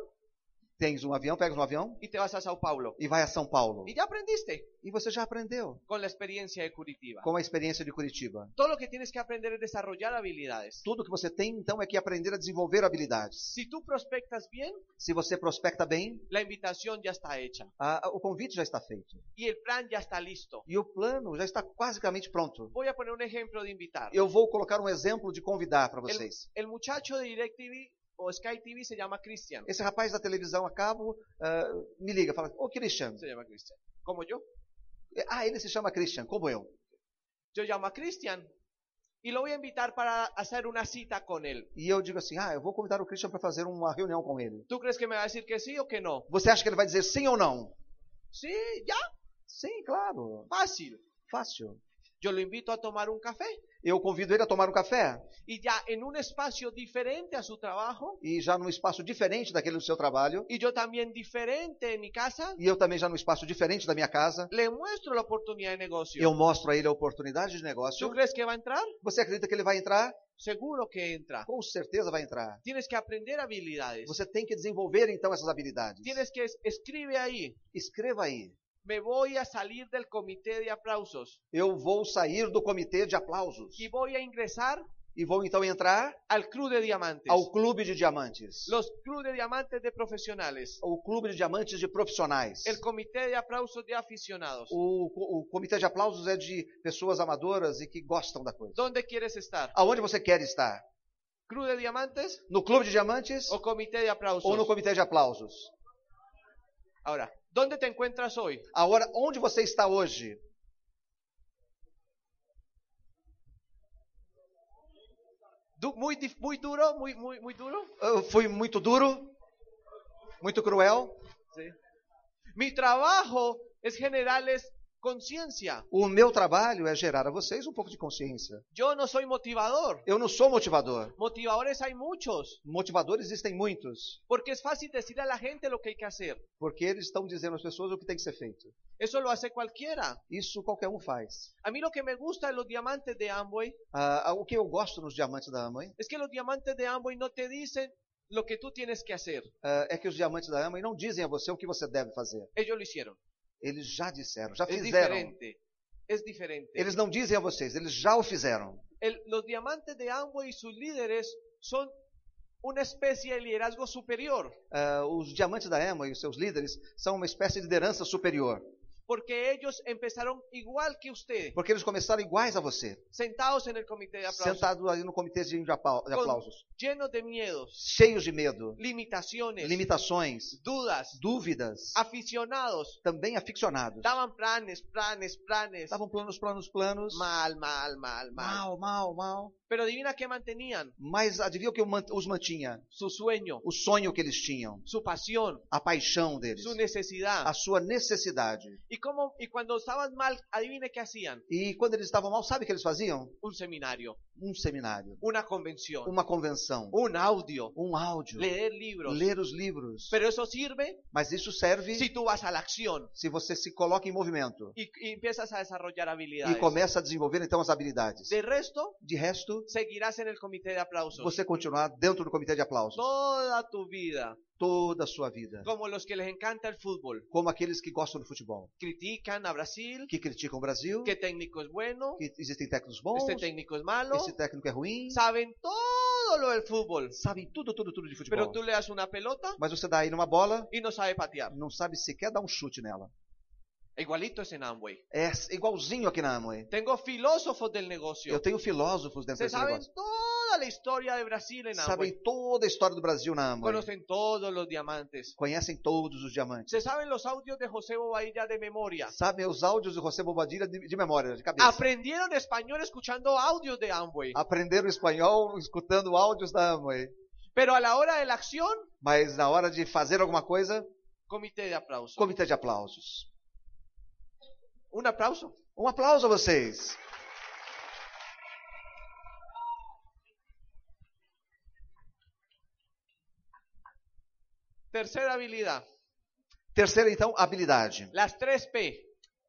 Speaker 3: Tens um avião, pegas um avião
Speaker 2: y te vas a Sao Paulo.
Speaker 3: e vai a São Paulo.
Speaker 2: Y ya aprendiste
Speaker 3: E você já aprendeu
Speaker 2: con la experiencia de Curitiba.
Speaker 3: com a experiência de Curitiba.
Speaker 2: Todo lo que tienes que aprender es desarrollar habilidades.
Speaker 3: Tudo que você tem então é que aprender a desenvolver habilidades.
Speaker 2: Si tú prospectas bien,
Speaker 3: Se você prospecta bem,
Speaker 2: la invitación ya está hecha
Speaker 3: a- a- o convite já está feito.
Speaker 2: y el plan ya está listo.
Speaker 3: E o plano já está basicamente pronto.
Speaker 2: Voy a poner un ejemplo de invitar.
Speaker 3: Eu vou colocar um exemplo de convidar para
Speaker 2: El,
Speaker 3: vocês.
Speaker 2: el muchacho de DirecTV o Sky TV se llama Cristian.
Speaker 3: Esse rapaz da televisão a cabo ah, me liga, fala: Ô Christian,
Speaker 2: Se llama Cristian. Como yo.
Speaker 3: ah, ele se chama Christian, como eu.
Speaker 2: Yo llamo a Cristian y lo voy a invitar para hacer una cita con él.
Speaker 3: E eu digo assim: ah, eu vou convidar o Christian para fazer uma reunião com ele.
Speaker 2: ¿Tú crees que me va a decir que sí o que no?
Speaker 3: Você acha que ele vai dizer sim ou não?
Speaker 2: Sí, ya,
Speaker 3: Sim, claro,
Speaker 2: fácil.
Speaker 3: fácil.
Speaker 2: Yo lo invito a tomar un café
Speaker 3: Eu convido ele a tomar um café
Speaker 2: y ya en un espacio diferente a su trabajo
Speaker 3: e já num espaço diferente daquele do seu trabalho,
Speaker 2: y yo también diferente en mi casa,
Speaker 3: e eu também já num espaço diferente da minha casa.
Speaker 2: le muestro la oportunidad de negocio.
Speaker 3: Eu mostro a ele a oportunidade de
Speaker 2: ¿Tú
Speaker 3: negócio.
Speaker 2: crees que va a entrar?
Speaker 3: Você acredita que ele vai entrar?
Speaker 2: Seguro que entra.
Speaker 3: Com certeza vai entrar.
Speaker 2: Tienes que aprender habilidades.
Speaker 3: Você tem que desenvolver então essas habilidades.
Speaker 2: Tienes que es- escribe ahí.
Speaker 3: Escreva aí.
Speaker 2: Me voy a salir del comité de aplausos
Speaker 3: Eu vou sair do comitê de aplausos
Speaker 2: y voy a ingresar
Speaker 3: e vou então entrar
Speaker 2: al club de diamantes.
Speaker 3: ao clube de diamantes.
Speaker 2: Los club de diamantes de profesionales.
Speaker 3: O clube de diamantes de profissionais.
Speaker 2: El comité de aplausos de aficionados.
Speaker 3: O, co- o comitê de aplausos é de pessoas amadoras e que gostam da coisa.
Speaker 2: ¿Dónde quieres estar?
Speaker 3: Aonde você quer estar?
Speaker 2: ¿Club de diamantes
Speaker 3: No clube de diamantes
Speaker 2: o comité de aplausos?
Speaker 3: ou no comitê de aplausos?
Speaker 2: Ahora, ¿dónde te encuentras hoy?
Speaker 3: Agora, onde você está hoje?
Speaker 2: Du- muy, dif- muy duro, muy, muy, muy duro.
Speaker 3: Eu fui Ah, muito duro? Muito cruel?
Speaker 2: Sí. Mi trabajo es generarles conciencia.
Speaker 3: O meu trabalho é gerar a vocês um pouco de consciência.
Speaker 2: Yo no soy motivador.
Speaker 3: Eu não sou motivador.
Speaker 2: Motivadores hay muchos,
Speaker 3: Motivadores existem muitos,
Speaker 2: porque es fácil decir a la gente lo que hay que hacer.
Speaker 3: porque eles estão dizendo às pessoas o que tem que ser feito.
Speaker 2: Eso lo hace cualquiera.
Speaker 3: Isso qualquer um faz.
Speaker 2: A mí lo que me gusta de los diamantes de Amway
Speaker 3: Ah, ah, o que eu gosto nos diamantes da Amway
Speaker 2: es que los diamantes de Amway no te dicen lo que tú tienes que hacer.
Speaker 3: ah, é que os diamantes da Amway não dizem a você o que você deve fazer.
Speaker 2: Ellos lo hicieron.
Speaker 3: Eles já disseram, já
Speaker 2: Es
Speaker 3: fizeram.
Speaker 2: É diferente. Es diferente.
Speaker 3: Eles não dizem a vocês, eles já o fizeram.
Speaker 2: El- los diamantes de Amway y sus líderes son una especie de liderazgo superior,
Speaker 3: Ah, os diamantes da Amway e os seus líderes são uma espécie de liderança superior,
Speaker 2: porque ellos empezaron igual que usted,
Speaker 3: porque eles começaram iguais a você,
Speaker 2: sentados en el comité de aplausos,
Speaker 3: sentados ali no comitê de apau- de
Speaker 2: Con-
Speaker 3: aplausos,
Speaker 2: llenos de miedos,
Speaker 3: cheios de medo,
Speaker 2: limitaciones,
Speaker 3: limitações,
Speaker 2: dudas,
Speaker 3: dúvidas,
Speaker 2: aficionados.
Speaker 3: também aficionados.
Speaker 2: Daban planes, planes, planes.
Speaker 3: Estavam planos, planos, planos.
Speaker 2: Mal, mal, mal, mal.
Speaker 3: Mal, mal, mal.
Speaker 2: Pero adivina qué mantenían.
Speaker 3: Mas adivinha o que man- os mantinha?
Speaker 2: Su sueño,
Speaker 3: O sonho que eles tinham,
Speaker 2: su pasión,
Speaker 3: a paixão deles,
Speaker 2: su necesidad.
Speaker 3: a sua necessidade.
Speaker 2: Y, cómo, y cuando estaban mal, adivine qué hacían.
Speaker 3: E quando eles estavam mal, sabe o que eles faziam?
Speaker 2: Un seminario,
Speaker 3: Um seminário,
Speaker 2: una convención,
Speaker 3: uma convenção,
Speaker 2: un audio,
Speaker 3: um áudio,
Speaker 2: leer libros.
Speaker 3: ler os livros.
Speaker 2: Pero eso sirve
Speaker 3: Mas isso serve
Speaker 2: si tú vas a la acción
Speaker 3: se você se coloca em movimento
Speaker 2: y, y empiezas a desarrollar
Speaker 3: e
Speaker 2: habilidades.
Speaker 3: começa a desenvolver então as habilidades.
Speaker 2: De resto,
Speaker 3: De resto,
Speaker 2: seguirás en el comité de aplausos
Speaker 3: você continuar dentro do comitê de aplausos
Speaker 2: toda tu vida,
Speaker 3: toda a sua vida,
Speaker 2: como los que les encanta el fútbol.
Speaker 3: como aqueles que gostam do futebol,
Speaker 2: Critican a Brasil,
Speaker 3: que criticam o Brasil,
Speaker 2: qué técnico es bueno,
Speaker 3: que existem técnicos bons,
Speaker 2: este técnico es malo,
Speaker 3: esse técnico é ruim,
Speaker 2: saben todo lo del fútbol,
Speaker 3: sabem tudo, tudo, tudo de
Speaker 2: pero
Speaker 3: futebol.
Speaker 2: tú le das una pelota
Speaker 3: Mas você dá ele uma bola,
Speaker 2: y no sabe patear.
Speaker 3: não sabe sequer dar um chute nela.
Speaker 2: Igualito es en Amway.
Speaker 3: É igualzinho aqui na Amway.
Speaker 2: Tengo filósofos del
Speaker 3: Eu
Speaker 2: negocio.
Speaker 3: tenho filósofos dentro
Speaker 2: Se
Speaker 3: desse
Speaker 2: saben
Speaker 3: negócio.
Speaker 2: toda la historia de Brasil en Amway.
Speaker 3: Sabem toda a história do Brasil na Amway.
Speaker 2: Conocen todos los diamantes.
Speaker 3: Conhecem todos os diamantes.
Speaker 2: Se saben los audios de José Bobadilla de memoria.
Speaker 3: Sabem os áudios do José Bobadilha de, de memória, de cabeça.
Speaker 2: Aprendieron español escuchando audios de Amway.
Speaker 3: Aprenderam espanhol escutando áudios da Amway.
Speaker 2: Pero a la hora de la acción,
Speaker 3: Mas na hora de fazer alguma coisa,
Speaker 2: comité de aplauso.
Speaker 3: comitê de aplausos.
Speaker 2: Un aplauso.
Speaker 3: Um aplauso a vocês.
Speaker 2: Tercera habilidad.
Speaker 3: Terceira, então, habilidade.
Speaker 2: Las 3P.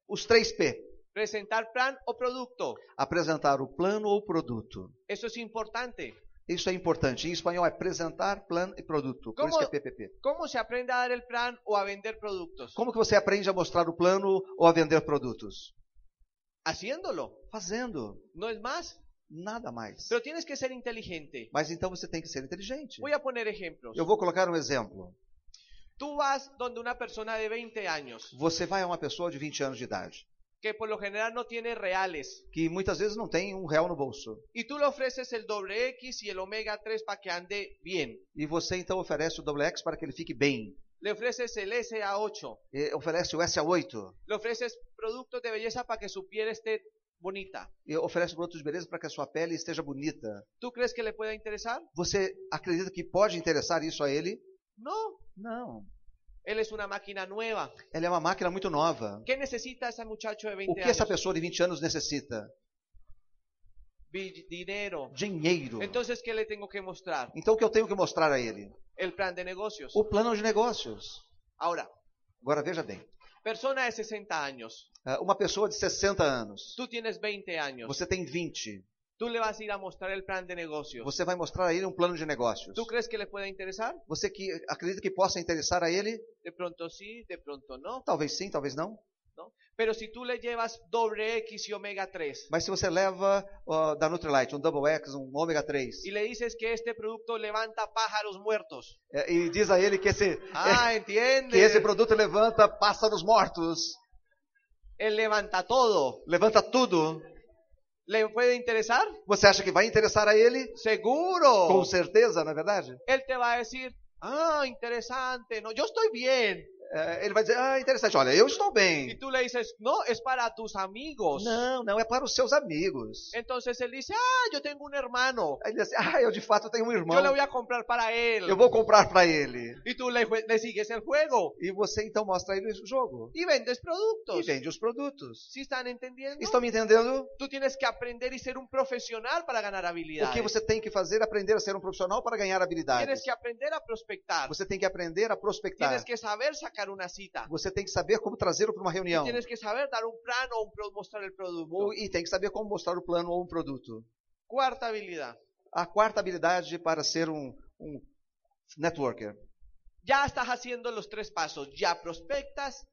Speaker 3: Os 3P.
Speaker 2: Presentar plan o producto.
Speaker 3: Apresentar o plano ou produto.
Speaker 2: Eso es importante.
Speaker 3: Isso é importante. Em espanhol é apresentar plano e produto. Por
Speaker 2: Como-
Speaker 3: isso que é PPP.
Speaker 2: ¿Cómo se aprende a dar el plan o a vender productos?
Speaker 3: Como que você aprende a mostrar o plano ou a vender produtos?
Speaker 2: Haciéndolo.
Speaker 3: Fazendo.
Speaker 2: No es más.
Speaker 3: Nada mais.
Speaker 2: Pero tienes que ser inteligente.
Speaker 3: Mas então você tem que ser inteligente.
Speaker 2: Voy a poner ejemplos.
Speaker 3: Eu vou colocar um exemplo.
Speaker 2: Tú vas donde una persona de 20 años,
Speaker 3: Você vai a uma pessoa de 20 anos de idade,
Speaker 2: que por lo general no tiene reales,
Speaker 3: que muitas vezes não tem um real no bolso.
Speaker 2: y tú le ofreces el doble X y el omega 3 para que ande bien.
Speaker 3: E você então oferece o Double X para que ele fique bem.
Speaker 2: Le ofreces el SA8.
Speaker 3: E oferece o SA8.
Speaker 2: Le ofreces productos de belleza para que su piel esté bonita.
Speaker 3: E oferece produtos de beleza para que a sua pele esteja bonita.
Speaker 2: ¿Tú crees que le pueda interesar?
Speaker 3: Você acredita que pode interessar isso a ele?
Speaker 2: No.
Speaker 3: Não.
Speaker 2: Él es una máquina nueva.
Speaker 3: Ela é uma máquina muito nova.
Speaker 2: ¿Qué necesita ese muchacho de
Speaker 3: O
Speaker 2: 20
Speaker 3: que essa
Speaker 2: años?
Speaker 3: pessoa de 20 anos necessita?
Speaker 2: Bi- Dinero.
Speaker 3: Dinheiro.
Speaker 2: Entonces, ¿qué le tengo que mostrar?
Speaker 3: Então o que eu tenho que mostrar a ele?
Speaker 2: El plan de negocios.
Speaker 3: O plano de negócios.
Speaker 2: Ahora,
Speaker 3: Agora veja bem.
Speaker 2: persona de 60 anos.
Speaker 3: Ah, Uma pessoa de 60 anos.
Speaker 2: Tú tienes 20 años.
Speaker 3: Você tem 20.
Speaker 2: Tú le vas a ir a mostrar el plan de negocios.
Speaker 3: Você vai mostrar a ele um plano de negócios.
Speaker 2: ¿Tú crees que le pueda interesar?
Speaker 3: Você que acredita que possa interessar a ele?
Speaker 2: De pronto sí, de pronto no.
Speaker 3: Talvez sim, talvez não.
Speaker 2: Pero si tú le llevas doble X y omega 3
Speaker 3: Mas se você leva ó, da Nutrilite um Double X, um ômega 3,
Speaker 2: y le dices que este producto levanta pájaros muertos.
Speaker 3: é, e diz a ele que esse, é,
Speaker 2: Ah,
Speaker 3: que esse
Speaker 2: entiende.
Speaker 3: produto levanta pássaros mortos,
Speaker 2: Él levanta todo.
Speaker 3: levanta tudo,
Speaker 2: ¿Le puede interesar?
Speaker 3: você acha que vai interessar a ele? Com
Speaker 2: Seguro.
Speaker 3: certeza, não é verdade?
Speaker 2: Él te va a decir, ah, interesante, no, yo estoy bien.
Speaker 3: É, ele vai dizer, ah, interessante, olha, eu estou
Speaker 2: Y
Speaker 3: bem.
Speaker 2: tú le dices, no, es para tus amigos.
Speaker 3: Não, não, é para os seus amigos.
Speaker 2: Entonces él dice, ah, yo tengo un hermano.
Speaker 3: Aí ele diz assim, ah, eu de fato tenho um irmão,
Speaker 2: Yo le voy a comprar para él.
Speaker 3: eu vou comprar para ele.
Speaker 2: Y tú le, jue- le sigues el juego
Speaker 3: E você então mostra a ele o jogo.
Speaker 2: y vendes
Speaker 3: E
Speaker 2: productos.
Speaker 3: vende os produtos.
Speaker 2: ¿Sí están entendiendo?
Speaker 3: Estão me entendendo?
Speaker 2: Tú tienes que aprender y ser un profesional para ganar
Speaker 3: O que
Speaker 2: habilidades.
Speaker 3: você tem que fazer é aprender a ser um profissional para ganhar habilidades.
Speaker 2: Tienes que aprender a prospectar.
Speaker 3: Você tem que aprender a
Speaker 2: Tienes
Speaker 3: prospectar.
Speaker 2: que saber sacar una cita.
Speaker 3: Você tem que saber como trazê-lo para uma reunião.
Speaker 2: Tienes que saber dar un plan o un pro- mostrar el producto.
Speaker 3: Ou- E tem que saber como mostrar o plano ou um produto.
Speaker 2: Cuarta habilidad.
Speaker 3: A quarta habilidade para ser um, um networker.
Speaker 2: Ya estás haciendo los tres pasos. Ya prospectas,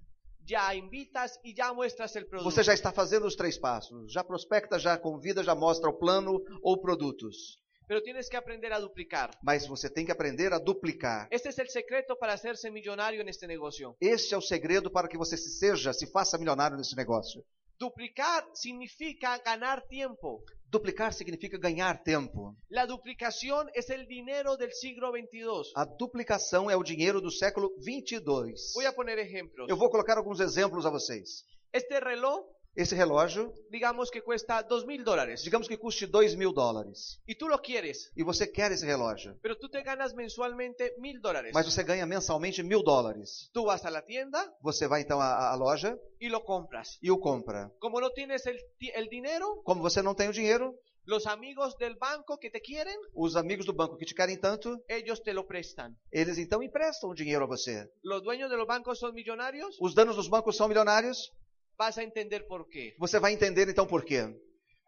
Speaker 2: ya invitas y ya muestras el producto.
Speaker 3: Você já está fazendo os três passos. Já prospecta, já convida, já mostra o plano ou produtos.
Speaker 2: Pero tienes que aprender a duplicar.
Speaker 3: Mas você tem que aprender a duplicar.
Speaker 2: Este es el secreto para hacerse millonario en este negocio.
Speaker 3: Este é o segredo para que você se seja, se faça milionário nesse negócio.
Speaker 2: Duplicar significa ganar tiempo.
Speaker 3: Duplicar significa ganhar tempo.
Speaker 2: La duplicación es el dinero del siglo XXII.
Speaker 3: A duplicação é o dinheiro do século 22.
Speaker 2: Voy a poner ejemplos.
Speaker 3: Eu vou colocar alguns exemplos a vocês.
Speaker 2: Este reloj,
Speaker 3: Esse relógio,
Speaker 2: digamos que cuesta dos mil dólares
Speaker 3: digamos que custe 2 mil dólares.
Speaker 2: y tú lo quieres,
Speaker 3: E você quer esse relógio,
Speaker 2: pero tú te ganas mensualmente mil dólares.
Speaker 3: mas você ganha mensalmente mil dólares.
Speaker 2: Tú vas a la tienda
Speaker 3: Você vai então à, à loja
Speaker 2: y lo compras.
Speaker 3: e o compra.
Speaker 2: Como no tienes el, ti- el dinero,
Speaker 3: Como você não tem o dinheiro,
Speaker 2: los amigos del banco que te quieren,
Speaker 3: os amigos do banco que te querem tanto,
Speaker 2: ellos te lo prestan.
Speaker 3: eles então emprestam o dinheiro a você.
Speaker 2: Los dueños de los bancos son millonarios,
Speaker 3: Os danos dos bancos são milionários,
Speaker 2: vas a entender por qué.
Speaker 3: você vai entender então por quê.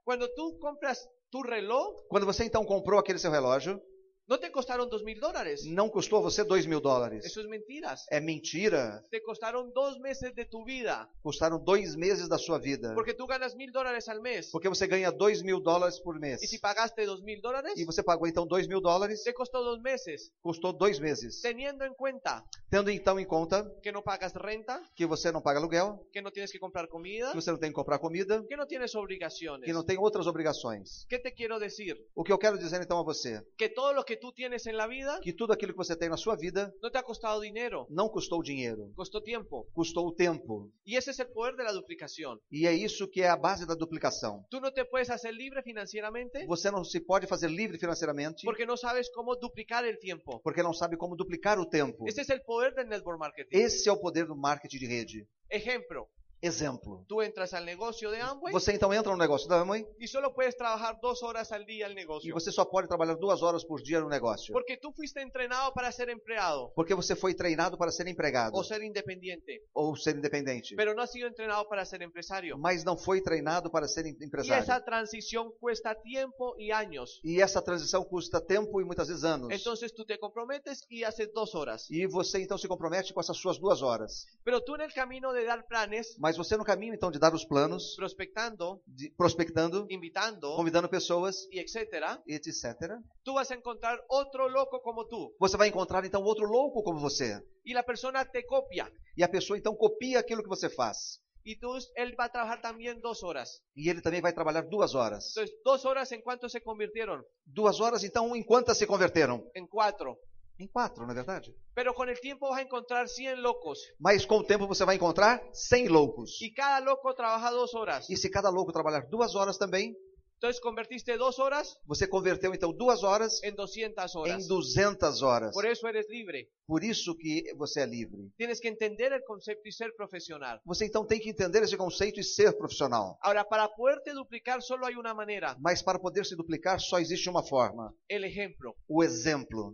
Speaker 2: Cuando tú compras tu reloj,
Speaker 3: Quando você então comprou aquele seu relógio,
Speaker 2: No te costaron dos mil dólares.
Speaker 3: Não custou a você dois mil dólares.
Speaker 2: Eso es mentiras.
Speaker 3: É mentira.
Speaker 2: Te costaron dos meses de tu vida.
Speaker 3: Custaram dois meses da sua vida.
Speaker 2: Porque tú ganas mil dólares al mes.
Speaker 3: Porque você ganha dois mil dólares por mês.
Speaker 2: Y si pagaste dos mil dólares,
Speaker 3: E você pagou então dois mil dólares,
Speaker 2: te costó dos meses.
Speaker 3: custou dois meses.
Speaker 2: Teniendo en cuenta
Speaker 3: Tendo então em conta
Speaker 2: que no pagas renta,
Speaker 3: que você não paga aluguel,
Speaker 2: que no tienes que comprar comida,
Speaker 3: que você não tem que comprar comida,
Speaker 2: que no tienes obligaciones.
Speaker 3: Pues que não tem outras obrigações.
Speaker 2: ¿Qué te quiero decir?
Speaker 3: O que eu quero dizer então a você,
Speaker 2: Que todo lo que tú tienes en la vida
Speaker 3: que tudo aquilo que você tem na sua vida
Speaker 2: no te ha costado dinero,
Speaker 3: não custou dinheiro,
Speaker 2: costó tiempo.
Speaker 3: custou o tempo.
Speaker 2: Y ese es el poder de la duplicação.
Speaker 3: E é isso que é a base da duplicação.
Speaker 2: Tú no te puedes hacer libre financieramente
Speaker 3: Você não se pode fazer livre financeiramente
Speaker 2: porque no sabes cómo duplicar el tiempo.
Speaker 3: porque não sabe como duplicar o tempo.
Speaker 2: Ese es el poder del network marketing.
Speaker 3: Esse é o poder do marketing de rede.
Speaker 2: Ejemplo,
Speaker 3: Exemplo.
Speaker 2: tú entras al negocio de Amway
Speaker 3: Você então entra no negócio da mãe
Speaker 2: y solo puedes trabajar dos horas al día el
Speaker 3: e
Speaker 2: negocio.
Speaker 3: você só pode trabalhar duas horas por dia no negócio.
Speaker 2: Porque tú fuiste entrenado para ser empleado
Speaker 3: Porque você foi treinado para ser empregado
Speaker 2: o ser independiente,
Speaker 3: ou ser independente.
Speaker 2: pero no has sido entrenado para ser empresario.
Speaker 3: Mas não foi treinado para ser em-
Speaker 2: Y
Speaker 3: empresário.
Speaker 2: esa transición cuesta tiempo y años.
Speaker 3: E essa transição custa tempo e muitas vezes anos.
Speaker 2: Entonces tú te comprometes y haces dos horas.
Speaker 3: E você então se compromete com essas suas duas horas.
Speaker 2: Pero tú en el camino de dar planes,
Speaker 3: Mas você no caminho então de dar os planos,
Speaker 2: prospectando,
Speaker 3: de, prospectando,
Speaker 2: invitando
Speaker 3: convidando pessoas,
Speaker 2: y etcétera,
Speaker 3: e etc.
Speaker 2: tú vas a encontrar otro loco como tú.
Speaker 3: Você vai encontrar então outro louco como você.
Speaker 2: Y la persona te copia.
Speaker 3: E a pessoa então copia aquilo que você faz.
Speaker 2: Y tú, él va a trabajar también dos horas.
Speaker 3: E ele também vai trabalhar duas horas.
Speaker 2: Entonces, dos horas en cuánto se convirtieron?
Speaker 3: Duas horas então em quantas se converteram?
Speaker 2: En cuatro.
Speaker 3: Em quatro, na verdade.
Speaker 2: Pero con el tiempo vas a encontrar 100 locos.
Speaker 3: Mas com o tempo você vai encontrar 100 loucos.
Speaker 2: Y cada loco trabaja dos horas.
Speaker 3: E se cada louco trabalhar duas horas também,
Speaker 2: Entonces convertiste dos horas
Speaker 3: você converteu então duas horas
Speaker 2: en 200
Speaker 3: em
Speaker 2: horas.
Speaker 3: 200 horas.
Speaker 2: Por eso eres libre.
Speaker 3: Por isso que você é livre.
Speaker 2: Tienes que entender el concepto y ser profesional.
Speaker 3: Você então tem que entender esse conceito e ser profissional.
Speaker 2: Ahora, para poderte duplicar solo hay una manera,
Speaker 3: Mas para poder se duplicar só existe uma forma:
Speaker 2: el ejemplo.
Speaker 3: o exemplo.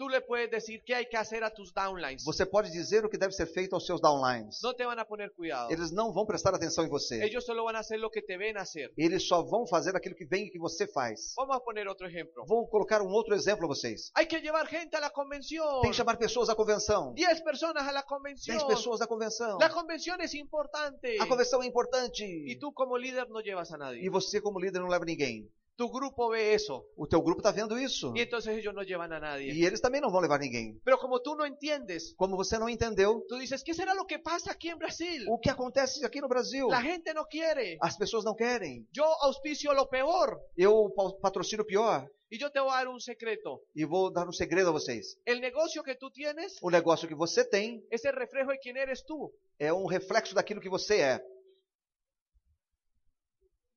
Speaker 2: Tú le puedes decir qué hay que hacer a tus downlines.
Speaker 3: Você pode dizer o que deve ser feito aos seus downlines.
Speaker 2: No te van a poner cuidado.
Speaker 3: Eles não vão prestar atenção em você.
Speaker 2: Ellos solo van a hacer lo que te ven hacer.
Speaker 3: Eles só vão fazer aquilo que vem e que você faz.
Speaker 2: Vamos a poner otro ejemplo.
Speaker 3: Vou colocar um outro exemplo a vocês.
Speaker 2: Hay que llevar gente a la convención.
Speaker 3: Tem que chamar pessoas à convenção.
Speaker 2: 10 personas a la
Speaker 3: 10
Speaker 2: convención.
Speaker 3: pessoas da convenção.
Speaker 2: La convención es importante.
Speaker 3: A convenção é
Speaker 2: Y
Speaker 3: importante.
Speaker 2: tú como líder no llevas a nadie.
Speaker 3: E você, como líder, não leva ninguém.
Speaker 2: Tu grupo ve eso.
Speaker 3: O teu grupo está vendo isso.
Speaker 2: Y entonces ellos no llevan a nadie.
Speaker 3: E eles também não vão levar ninguém.
Speaker 2: Pero como tú no entiendes,
Speaker 3: Como você não entendeu
Speaker 2: tú dices, ¿qué será lo que pasa aquí en Brasil?
Speaker 3: o que acontece aqui no Brasil.
Speaker 2: La gente no quiere.
Speaker 3: As pessoas não querem.
Speaker 2: Yo auspicio lo peor.
Speaker 3: Eu pa- patrocino pior
Speaker 2: Y yo te voy a dar un secreto.
Speaker 3: e vou dar um segredo a vocês.
Speaker 2: El negocio que tú tienes
Speaker 3: O negócio que você tem
Speaker 2: es el reflejo de quién eres tú.
Speaker 3: é um reflexo daquilo que você é.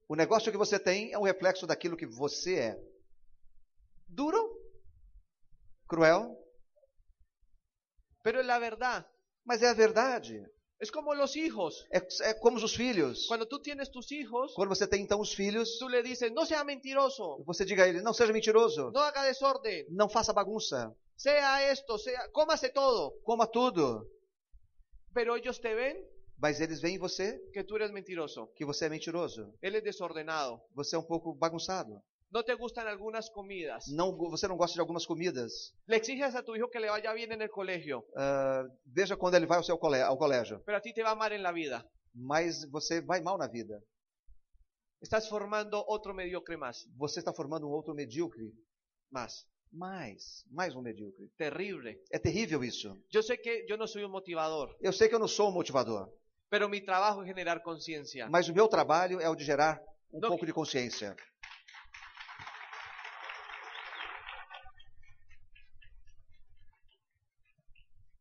Speaker 3: O negócio que você tem é um reflexo daquilo que você é.
Speaker 2: Duro,
Speaker 3: Cruel,
Speaker 2: pero es la verdad.
Speaker 3: mas é a verdade.
Speaker 2: Es como los hijos.
Speaker 3: É, é como os filhos.
Speaker 2: Cuando tú tienes tus hijos,
Speaker 3: Quando você tem então os filhos,
Speaker 2: tú le dices, no sea mentiroso,
Speaker 3: você diga a ele: não seja mentiroso,
Speaker 2: no haga desorden,
Speaker 3: não faça bagunça,
Speaker 2: sea esto, sea, cómase todo.
Speaker 3: coma tudo.
Speaker 2: Pero ellos te ven
Speaker 3: Mas eles veem em você
Speaker 2: que tú eres mentiroso.
Speaker 3: que você é mentiroso,
Speaker 2: Él es desordenado.
Speaker 3: você é um pouco bagunçado,
Speaker 2: No te gustan algunas comidas.
Speaker 3: não, você não gosta de algumas comidas.
Speaker 2: Le exiges a tu hijo que le vaya bien en el colegio,
Speaker 3: Ah, veja quando ele vai ao seu cole- ao colégio,
Speaker 2: pero a ti te va mal en la vida.
Speaker 3: mas você vai mal na vida.
Speaker 2: Estás formando otro mediocre más.
Speaker 3: Você está formando um outro medíocre,
Speaker 2: Más.
Speaker 3: mais, mais um medíocre.
Speaker 2: Terrible.
Speaker 3: É terrível isso.
Speaker 2: Yo sé que yo no soy un motivador,
Speaker 3: Eu sei que eu não sou um motivador,
Speaker 2: pero mi trabajo es generar conciencia.
Speaker 3: mas o meu trabalho é o de gerar um
Speaker 2: Não.
Speaker 3: pouco de consciência.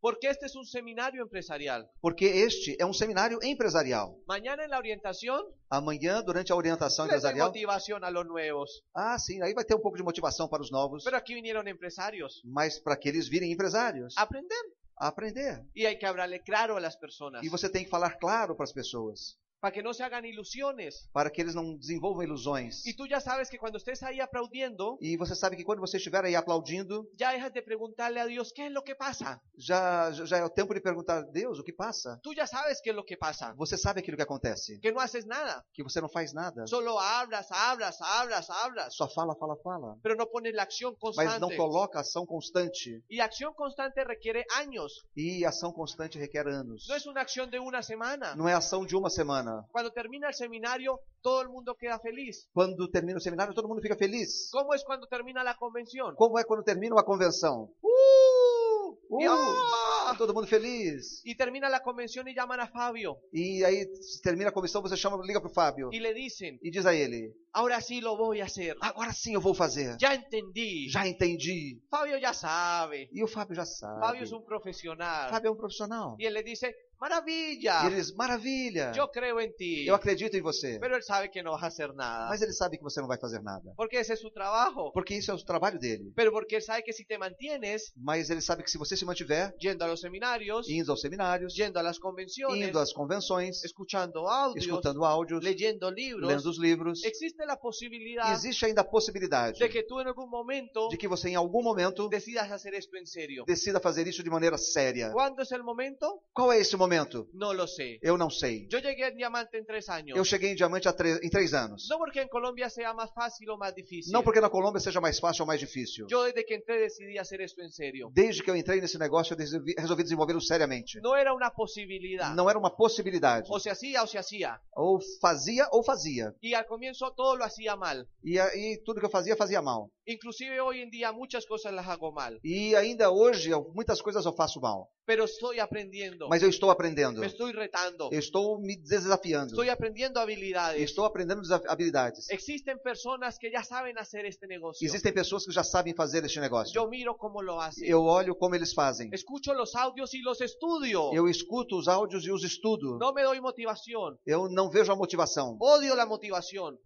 Speaker 2: Porque este es un seminario empresarial.
Speaker 3: Porque este é um seminário empresarial.
Speaker 2: Mañana en la orientación,
Speaker 3: Amanhã, durante a orientação
Speaker 2: les doy
Speaker 3: empresarial.
Speaker 2: motivação a los nuevos.
Speaker 3: Ah, sim, aí vai ter um pouco de motivação para os novos,
Speaker 2: Pero aquí vinieron empresarios
Speaker 3: mas para que eles virem empresários,
Speaker 2: a aprender.
Speaker 3: a aprender.
Speaker 2: Y hay que hablarle claro a las personas.
Speaker 3: E você tem que falar claro para as pessoas.
Speaker 2: para que no se hagan ilusiones.
Speaker 3: para que eles não desenvolvam ilusões.
Speaker 2: Y tú ya sabes que cuando estés ahí aplaudiendo,
Speaker 3: E você sabe que quando você estiver aí aplaudindo,
Speaker 2: ya dejas de preguntarle a Dios qué es lo que pasa.
Speaker 3: já, já é o tempo de perguntar: Deus, o que passa?
Speaker 2: Tú ya sabes qué es lo que pasa,
Speaker 3: Você sabe aquilo que acontece,
Speaker 2: que no haces nada,
Speaker 3: que você não faz nada,
Speaker 2: solo hablas, hablas, hablas, hablas,
Speaker 3: só fala, fala, fala,
Speaker 2: pero Pues, no pones la acción
Speaker 3: mas não
Speaker 2: constante.
Speaker 3: coloca ação constante.
Speaker 2: Y acción constante requiere años,
Speaker 3: E ação constante requer anos.
Speaker 2: no es una acción de una semana.
Speaker 3: Não é ação de uma semana.
Speaker 2: Cuando termina el seminario, todo el mundo queda feliz.
Speaker 3: Quando termina o seminário, todo mundo fica feliz.
Speaker 2: ¿Cómo es cuando termina la convención?
Speaker 3: Como é quando termina uma convenção?
Speaker 2: ¡Uh!
Speaker 3: Uh!
Speaker 2: Y, ¡ah!
Speaker 3: Todo mundo feliz.
Speaker 2: Y termina la convención y llaman a Fabio
Speaker 3: E aí se termina a comissão, você chama, liga pro Fábio
Speaker 2: y le dicen,
Speaker 3: e diz a ele:
Speaker 2: ahora sí lo voy a hacer.
Speaker 3: Agora sim eu vou fazer.
Speaker 2: Ah. Ya entendí.
Speaker 3: Já entendi.
Speaker 2: Fabio ya sabe.
Speaker 3: E o Fábio já sabe.
Speaker 2: Fabio es un profesional.
Speaker 3: Fábio é um profissional.
Speaker 2: Y él le dice,
Speaker 3: E
Speaker 2: maravilla,
Speaker 3: ele diz: Maravilha.
Speaker 2: yo creo en ti.
Speaker 3: Eu acredito em você.
Speaker 2: Pero él sabe que no vas a hacer nada.
Speaker 3: Mas ele sabe que você não vai fazer nada.
Speaker 2: Porque ese es su trabajo.
Speaker 3: Porque isso é o trabalho dele.
Speaker 2: Pero porque él sabe que si te mantienes
Speaker 3: Mas ele sabe que se você se mantiver
Speaker 2: yendo a los seminarios,
Speaker 3: indo aos seminários,
Speaker 2: yendo a las convenciones,
Speaker 3: indo às convenções,
Speaker 2: escuchando audios,
Speaker 3: escutando né? áudios,
Speaker 2: leyendo libros,
Speaker 3: lendo os livros,
Speaker 2: existe la posibilidad
Speaker 3: existe ainda a possibilidade
Speaker 2: de que tú en algún momento
Speaker 3: de que você em algum momento
Speaker 2: decidas hacer esto en serio.
Speaker 3: decida fazer isso de maneira séria.
Speaker 2: ¿Cuándo es el momento?
Speaker 3: Qual é esse momento?
Speaker 2: No lo sé.
Speaker 3: Eu não sei.
Speaker 2: Yo llegué a diamante en tres años.
Speaker 3: Eu cheguei em diamante há três- em três anos.
Speaker 2: No porque en Colombia sea más fácil o más difícil.
Speaker 3: Não porque na Colômbia seja mais fácil ou mais difícil.
Speaker 2: Yo desde que entré decidí hacer esto en serio.
Speaker 3: Desde que eu entrei nesse negócio, eu resolvi- resolvi desenvolvê-lo seriamente.
Speaker 2: No era una posibilidad.
Speaker 3: Não era uma possibilidade.
Speaker 2: O se hacía o se hacía.
Speaker 3: Ou fazia ou fazia.
Speaker 2: Y al comienzo todo lo hacía mal.
Speaker 3: E aí tudo que eu fazia, fazia mal.
Speaker 2: Inclusive hoy en día muchas cosas las hago mal.
Speaker 3: E ainda hoje, eu- muitas coisas eu faço mal.
Speaker 2: Pero estoy aprendiendo.
Speaker 3: Mas eu estou aprendendo.
Speaker 2: Me estoy retando.
Speaker 3: Eu estou me desafiando.
Speaker 2: Estoy aprendiendo
Speaker 3: Eu
Speaker 2: habilidades.
Speaker 3: Estou aprendendo desaf- habilidades.
Speaker 2: Existen personas que ya saben hacer este negocio.
Speaker 3: Existem pessoas que já sabem fazer este negócio.
Speaker 2: Yo miro cómo lo hacen.
Speaker 3: Eu olho como eles fazem.
Speaker 2: Escucho los audios y los estudio.
Speaker 3: Eu escuto os áudios e os estudo.
Speaker 2: No me doy motivación.
Speaker 3: Eu não vejo a motivação.
Speaker 2: Odio la motivación.